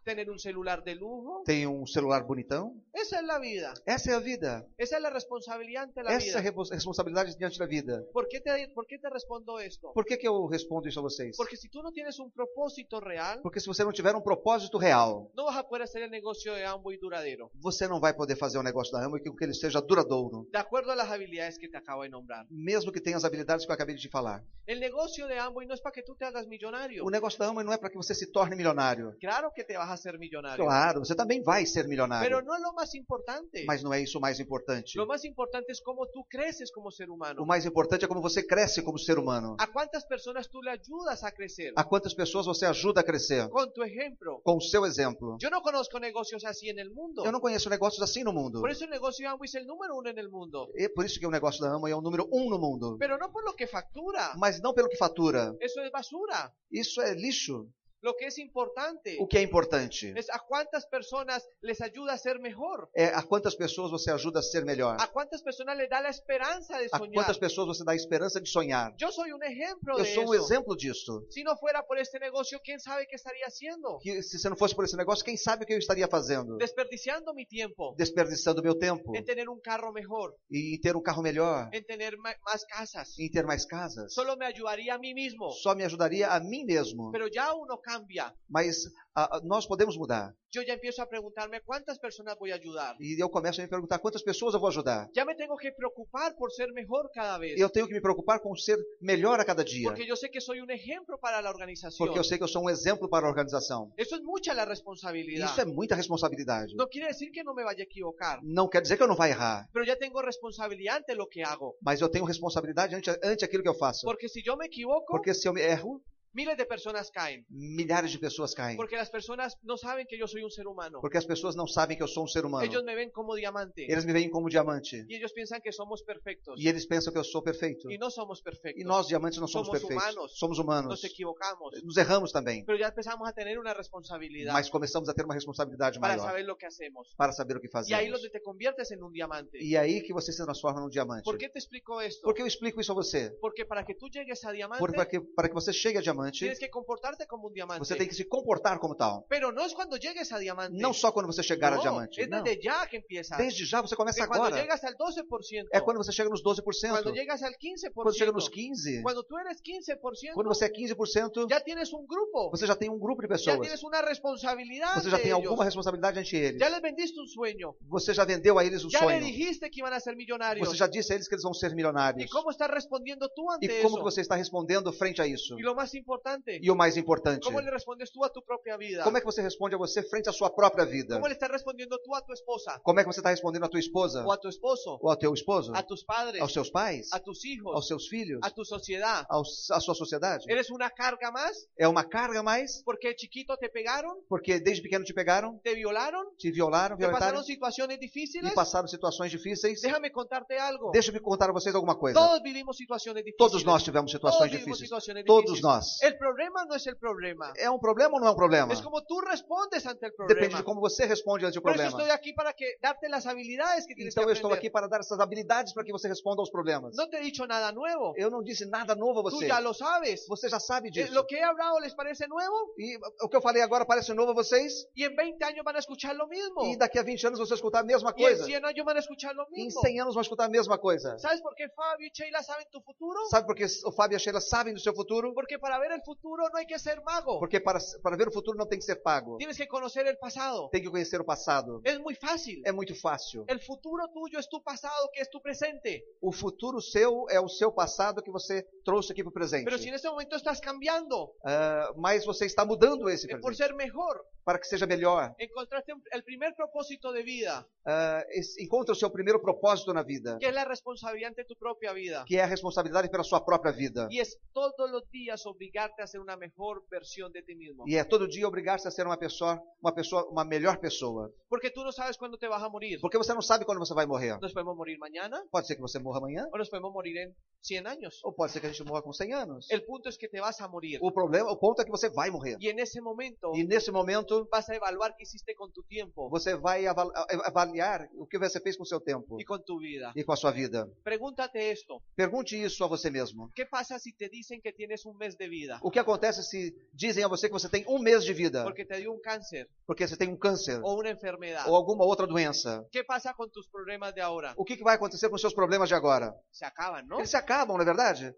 Speaker 2: Tener un celular de lujo.
Speaker 3: Tem um celular bonitão.
Speaker 2: Esa es la vida.
Speaker 3: Essa é a vida.
Speaker 2: Esa es la responsabilidad ante la
Speaker 3: Essa é a
Speaker 2: vida.
Speaker 3: repo- responsabilidade diante da vida.
Speaker 2: ¿Por qué, te, ¿Por qué te respondo esto?
Speaker 3: Por que, que eu respondo isso a vocês?
Speaker 2: Porque si tú no tienes un propósito real,
Speaker 3: Porque se você não tiver um propósito real,
Speaker 2: no vas a poder hacer el negocio de Ambo y duradero,
Speaker 3: você não vai poder fazer o negócio da AMA e que que ele seja duradouro,
Speaker 2: de acuerdo a las habilidades que te acabo de nombrar.
Speaker 3: mesmo que tenha as habilidades que eu acabei de te falar.
Speaker 2: El negocio de Amway no es para que tú te hagas millonario.
Speaker 3: O negócio da AMA não é para que você se torne milionário.
Speaker 2: Claro que te vas a hacer millonario.
Speaker 3: Claro, você também vai ser
Speaker 2: Pero
Speaker 3: milionário,
Speaker 2: no es lo más importante.
Speaker 3: mas não é isso o mais importante.
Speaker 2: Lo más importante es cómo tú creces como ser humano.
Speaker 3: O mais importante é como você cresce como ser humano.
Speaker 2: ¿A cuántas personas tú le ayudas a crecer?
Speaker 3: A quantas pessoas você ajuda a crescer?
Speaker 2: Con tu ejemplo.
Speaker 3: Com o seu exemplo.
Speaker 2: Yo no conozco negocios así en el mundo.
Speaker 3: Eu não conheço negócios assim no mundo.
Speaker 2: Por eso el negocio de Amway es el número uno en el mundo.
Speaker 3: É por isso que o negócio da AMA é o número um no mundo.
Speaker 2: Pero no por lo que factura.
Speaker 3: Mas não pelo que fatura.
Speaker 2: Eso es basura.
Speaker 3: Isso é lixo.
Speaker 2: Lo que es importante
Speaker 3: O que é importante
Speaker 2: es a cuántas personas les ayuda a ser mejor.
Speaker 3: é a quantas pessoas você ajuda a ser melhor,
Speaker 2: A cuántas personas le da la esperanza de
Speaker 3: a
Speaker 2: soñar.
Speaker 3: quantas pessoas você dá a esperança de sonhar.
Speaker 2: Yo soy un ejemplo
Speaker 3: Eu
Speaker 2: de
Speaker 3: sou um
Speaker 2: eso.
Speaker 3: exemplo disso.
Speaker 2: Si no fuera por este negocio, ¿quién sabe qué estaría haciendo?
Speaker 3: Que se você não fosse por esse negócio, quem sabe o que eu estaria fazendo?
Speaker 2: Desperdiciando mi tiempo
Speaker 3: Desperdiçando meu tempo
Speaker 2: en tener un carro mejor,
Speaker 3: e em ter um carro melhor,
Speaker 2: en tener ma- más casas.
Speaker 3: em ter mais casas.
Speaker 2: Solo me ayudaría a mí mismo.
Speaker 3: Só me ajudaria a mim mesmo.
Speaker 2: Pero ya uno cambia.
Speaker 3: Mas ah, ah, nós podemos mudar.
Speaker 2: Yo ya empiezo a preguntarme cuántas personas voy a ayudar.
Speaker 3: E eu começo a me perguntar quantas pessoas eu vou ajudar.
Speaker 2: Ya me tengo que preocupar por ser mejor cada vez.
Speaker 3: Eu tenho que me preocupar com ser melhor a cada dia.
Speaker 2: Porque yo sé que soy un ejemplo para la organización.
Speaker 3: Porque eu sei que eu sou um exemplo para a organização.
Speaker 2: Eso es mucha la
Speaker 3: E
Speaker 2: responsabilidad.
Speaker 3: isso é muita responsabilidade.
Speaker 2: No quiere decir que no me vaya a equivocar,
Speaker 3: Não quer dizer que eu não vá errar,
Speaker 2: pero ya tengo responsabilidad ante lo que hago.
Speaker 3: mas eu tenho responsabilidade ante, ante aquilo que eu faço.
Speaker 2: Porque si yo me equivoco,
Speaker 3: Porque se eu me erro,
Speaker 2: miles de personas caen.
Speaker 3: milhares de pessoas caem.
Speaker 2: Porque las personas no saben que yo soy un ser humano.
Speaker 3: Porque as pessoas não sabem que eu sou um ser humano.
Speaker 2: Ellos me ven como diamante.
Speaker 3: Eles me veem como diamante.
Speaker 2: Y ellos piensan que somos perfectos.
Speaker 3: E eles pensam que eu sou perfeito.
Speaker 2: Y no somos perfectos.
Speaker 3: E nós, diamantes, não somos
Speaker 2: Somos
Speaker 3: perfeitos.
Speaker 2: humanos.
Speaker 3: Somos humanos.
Speaker 2: Nos equivocamos.
Speaker 3: Nos erramos também.
Speaker 2: Pero ya empezamos a tener una responsabilidad
Speaker 3: Mas começamos a ter uma responsabilidade
Speaker 2: para
Speaker 3: maior
Speaker 2: saber lo que hacemos.
Speaker 3: para saber o que
Speaker 2: Y ahí
Speaker 3: fazemos.
Speaker 2: donde te conviertes en un diamante.
Speaker 3: E aí que você se transforma num diamante.
Speaker 2: ¿Por qué te explico esto?
Speaker 3: Por que eu explico isso a você?
Speaker 2: Porque para que tú llegues a diamante,
Speaker 3: Porque para que, para que você chegue a
Speaker 2: é
Speaker 3: diamante,
Speaker 2: tienes que comportarte como un diamante.
Speaker 3: você tem que se comportar como tal.
Speaker 2: Pero no es cuando llegues a diamante.
Speaker 3: Não só quando você chegar a
Speaker 2: No,
Speaker 3: diamante.
Speaker 2: Es
Speaker 3: Não.
Speaker 2: desde ya que empiezas.
Speaker 3: Desde já você começa
Speaker 2: Que cuando
Speaker 3: agora.
Speaker 2: llegas al 12%,
Speaker 3: É quando você chega nos 12%.
Speaker 2: cuando
Speaker 3: Quando
Speaker 2: llegas al 15%,
Speaker 3: chega nos 15%,
Speaker 2: cuando tú eres 15%,
Speaker 3: quando você é 15%,
Speaker 2: ya tienes un grupo,
Speaker 3: você já tem um grupo de
Speaker 2: ya
Speaker 3: pessoas.
Speaker 2: tienes una responsabilidad.
Speaker 3: Você já
Speaker 2: de
Speaker 3: tem
Speaker 2: ellos.
Speaker 3: alguma responsabilidade ante eles.
Speaker 2: Ya les vendiste un sueño,
Speaker 3: Você já vendeu a eles um
Speaker 2: ya le
Speaker 3: sonho.
Speaker 2: dijiste que iban a ser millonarios.
Speaker 3: Você já disse a eles que eles vão ser milionários.
Speaker 2: ¿Y cómo estás respondiendo tú ante
Speaker 3: E como que
Speaker 2: eso?
Speaker 3: você está respondendo frente a isso?
Speaker 2: Y lo más importante,
Speaker 3: E o mais importante,
Speaker 2: ¿cómo le respondes tú a tu propia vida?
Speaker 3: como é que você responde a você frente à sua própria vida?
Speaker 2: ¿Cómo le estás respondiendo tú a tu esposa
Speaker 3: Como é que você está respondendo à tua esposa?
Speaker 2: Ah. o a tu esposo,
Speaker 3: Ou ao teu esposo?
Speaker 2: a tus padres,
Speaker 3: Aos seus pais?
Speaker 2: a tus hijos,
Speaker 3: Aos seus filhos?
Speaker 2: a tu sociedad?
Speaker 3: Aos- À sua sociedade?
Speaker 2: ¿Eres una carga más?
Speaker 3: É uma carga mais?
Speaker 2: Porque de chiquito te pegaron,
Speaker 3: Porque desde pequeno te pegaram,
Speaker 2: te violaron,
Speaker 3: te violaram,
Speaker 2: te
Speaker 3: violentaram
Speaker 2: pasaron situaciones difíciles.
Speaker 3: e passaram situações difíceis.
Speaker 2: Déjame contarte algo.
Speaker 3: Deixa eu contar a vocês alguma coisa.
Speaker 2: Todos vivimos situaciones difíciles.
Speaker 3: Todos nós tivemos
Speaker 2: Todos
Speaker 3: situações
Speaker 2: vivimos
Speaker 3: difíceis.
Speaker 2: situaciones
Speaker 3: Todos
Speaker 2: difíciles.
Speaker 3: nós.
Speaker 2: El problema no es el problema.
Speaker 3: É um problema ou não é um problema?
Speaker 2: Es como tú respondes ante el problema.
Speaker 3: Depende de como você responde ante o
Speaker 2: Por eso
Speaker 3: problema.
Speaker 2: estoy aquí para que darte las habilidades que tienes
Speaker 3: Então eu
Speaker 2: que
Speaker 3: estou
Speaker 2: aprender.
Speaker 3: aqui para dar essas habilidades para que você responda aos problemas.
Speaker 2: No te he dicho nada nuevo.
Speaker 3: Eu não disse nada novo a
Speaker 2: Tú
Speaker 3: você.
Speaker 2: ya lo sabes.
Speaker 3: Você já sabe
Speaker 2: Eh,
Speaker 3: disso.
Speaker 2: Lo que he hablado les parece nuevo
Speaker 3: E o que eu falei agora parece novo a vocês.
Speaker 2: y en 20 años van a escuchar lo mismo.
Speaker 3: E daqui a 20 anos você escutar a mesma
Speaker 2: Y en
Speaker 3: coisa.
Speaker 2: 100 años van a escuchar lo
Speaker 3: E em
Speaker 2: mismo.
Speaker 3: 100 anos vão escutar a mesma coisa.
Speaker 2: ¿Sabes por qué Fabio y Sheila saben tu futuro?
Speaker 3: Sabe por que o Fábio e a Sheila sabem do seu futuro?
Speaker 2: Porque para ver el futuro é no hay que ser mago.
Speaker 3: Porque para, para ver o futuro não tem que ser pago.
Speaker 2: Tienes que conocer el pasado.
Speaker 3: Tem que conhecer o passado.
Speaker 2: Es muy fácil.
Speaker 3: É muito fácil.
Speaker 2: El futuro tuyo es tu pasado, que es tu presente.
Speaker 3: O futuro seu é o seu passado que você trouxe aqui para o
Speaker 2: Pero si
Speaker 3: presente.
Speaker 2: en este momento estás cambiando
Speaker 3: Ah, mas você está mudando esse
Speaker 2: eh, por
Speaker 3: presente
Speaker 2: ser mejor,
Speaker 3: para que seja melhor.
Speaker 2: encontraste un- el primer propósito de vida,
Speaker 3: Ah, esse- encontre o seu primeiro propósito na vida,
Speaker 2: que é- es la responsabilidad ante tu propia vida.
Speaker 3: que é a responsabilidade pela sua própria vida.
Speaker 2: Y es todos los días obligarte a ser una mejor versión de ti mismo.
Speaker 3: E é todo dia obrigar-se a ser uma pessoa, uma pessoa, uma melhor pessoa.
Speaker 2: Porque tú no sabes cuándo te vas a morir.
Speaker 3: Porque você não sabe quando você vai morrer.
Speaker 2: Nos podemos morir mañana
Speaker 3: Pode ser que você morra amanhã,
Speaker 2: o nos podemos morir en 100 años.
Speaker 3: ou pode ser que a gente morra com 100 anos.
Speaker 2: El punto es que te vas a morir.
Speaker 3: O problema, o ponto é que você vai morrer.
Speaker 2: Y en ese momento
Speaker 3: E nesse momento,
Speaker 2: vas a evaluar qué hiciste con tu tiempo
Speaker 3: você vai aval- a- avaliar o que você fez com o seu tempo
Speaker 2: y con tu vida.
Speaker 3: e com a sua vida.
Speaker 2: Pregúntate esto.
Speaker 3: Pergunte isso a você mesmo.
Speaker 2: ¿Qué pasa si te dicen que tienes un mes de vida?
Speaker 3: O que acontece se dizem a você que você tem um mês de vida
Speaker 2: Porque te dio un cáncer
Speaker 3: porque você tem um câncer
Speaker 2: o una enfermedad.
Speaker 3: ou alguma outra doença?
Speaker 2: ¿Qué pasa con tus problemas de ahora?
Speaker 3: O que, que vai acontecer com os seus problemas de agora?
Speaker 2: Se acaban, ¿no?
Speaker 3: Eles se acabam, não é verdade?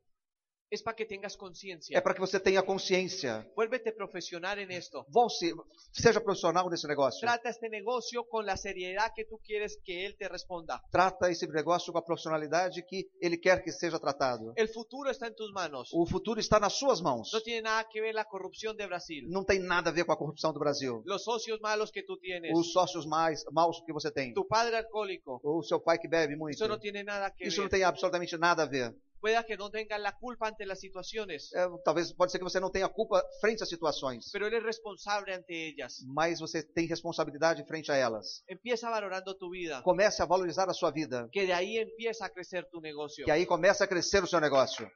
Speaker 2: Es para que tengas
Speaker 3: É
Speaker 2: conciencia.
Speaker 3: para que você tenha consciência.
Speaker 2: Vuélvete profesional en esto.
Speaker 3: Vão se, seja profissional nesse negócio.
Speaker 2: Trata este negocio con la seriedad que tú quieres que él te responda.
Speaker 3: Trata esse negócio com a profissionalidade que ele quer que seja tratado.
Speaker 2: El futuro está en tus manos.
Speaker 3: O futuro está nas suas mãos.
Speaker 2: No tiene nada que ver la corrupción de Brasil.
Speaker 3: Não tem nada a ver com a corrupção do Brasil.
Speaker 2: Los socios malos que tú tienes.
Speaker 3: Os sócios mais maus que você tem.
Speaker 2: Tu padre alcohólico.
Speaker 3: Ou o seu pai que bebe muito.
Speaker 2: Eso no tiene nada que
Speaker 3: Isso não
Speaker 2: ver.
Speaker 3: tem absolutamente nada a ver.
Speaker 2: Pueda que no tengan la culpa ante las situaciones,
Speaker 3: É, talvez pode ser que você não tenha culpa frente às situações,
Speaker 2: pero eres responsable ante ellas.
Speaker 3: mas você tem responsabilidade frente a elas.
Speaker 2: Empieza valorando tu vida,
Speaker 3: Comece a valorizar a sua vida,
Speaker 2: que de ahí empieza a crecer tu negocio.
Speaker 3: que aí começa a crescer o seu negócio.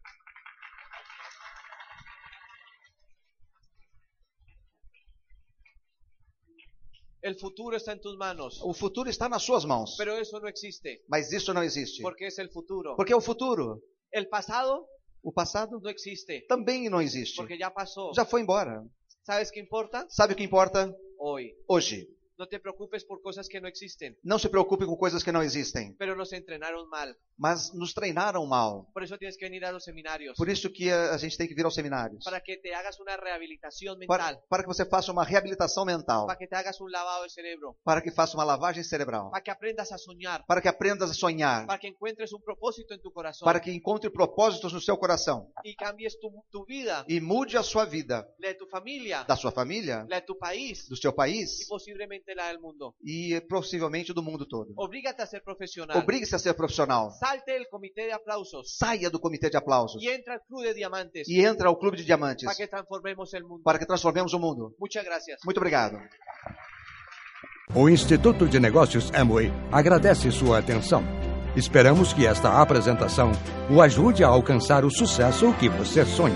Speaker 2: El futuro está en tus manos.
Speaker 3: O futuro está nas suas mãos.
Speaker 2: Pero eso no existe,
Speaker 3: Mas isso não existe.
Speaker 2: porque es el futuro.
Speaker 3: Porque é o futuro.
Speaker 2: El pasado
Speaker 3: O passado
Speaker 2: no existe,
Speaker 3: também não existe.
Speaker 2: porque ya pasó.
Speaker 3: Já foi embora.
Speaker 2: ¿Sabes qué importa?
Speaker 3: Sabe o que importa?
Speaker 2: Hoy.
Speaker 3: Hoje.
Speaker 2: No te preocupes por cosas que no existen,
Speaker 3: Não se preocupe com coisas que não existem.
Speaker 2: pero nos entrenaron mal.
Speaker 3: Mas nos treinaram mal.
Speaker 2: Por eso tienes que venir a los seminarios,
Speaker 3: Por isso que a a gente tem que vir aos seminários.
Speaker 2: para que te hagas una rehabilitación
Speaker 3: Para,
Speaker 2: mental,
Speaker 3: para que você faça uma reabilitação mental.
Speaker 2: para que te hagas un lavado de cerebro,
Speaker 3: Para que faça uma lavagem cerebral.
Speaker 2: para que aprendas a soñar,
Speaker 3: Para que aprendas a sonhar.
Speaker 2: para que encuentres un propósito en tu corazón
Speaker 3: Para que encontre propósitos no seu coração.
Speaker 2: y cambies tu, tu vida,
Speaker 3: E mude a sua vida.
Speaker 2: la de tu familia,
Speaker 3: Da sua família.
Speaker 2: la de tu país
Speaker 3: Do seu país.
Speaker 2: y posiblemente la del mundo.
Speaker 3: E possivelmente do mundo todo.
Speaker 2: Obrígate a ser profesional.
Speaker 3: Obrigue-se a ser profissional.
Speaker 2: Salte del comité de aplausos
Speaker 3: Saia do comitê de aplausos.
Speaker 2: y entra al club de diamantes
Speaker 3: E entra ao clube de diamantes.
Speaker 2: para que transformemos el mundo.
Speaker 3: Para que transformemos o mundo.
Speaker 2: Muchas gracias.
Speaker 3: Muito obrigado.
Speaker 1: O Instituto de Negócios Amway agradece sua atenção. Esperamos que esta apresentação o ajude a alcançar o sucesso que você sonha.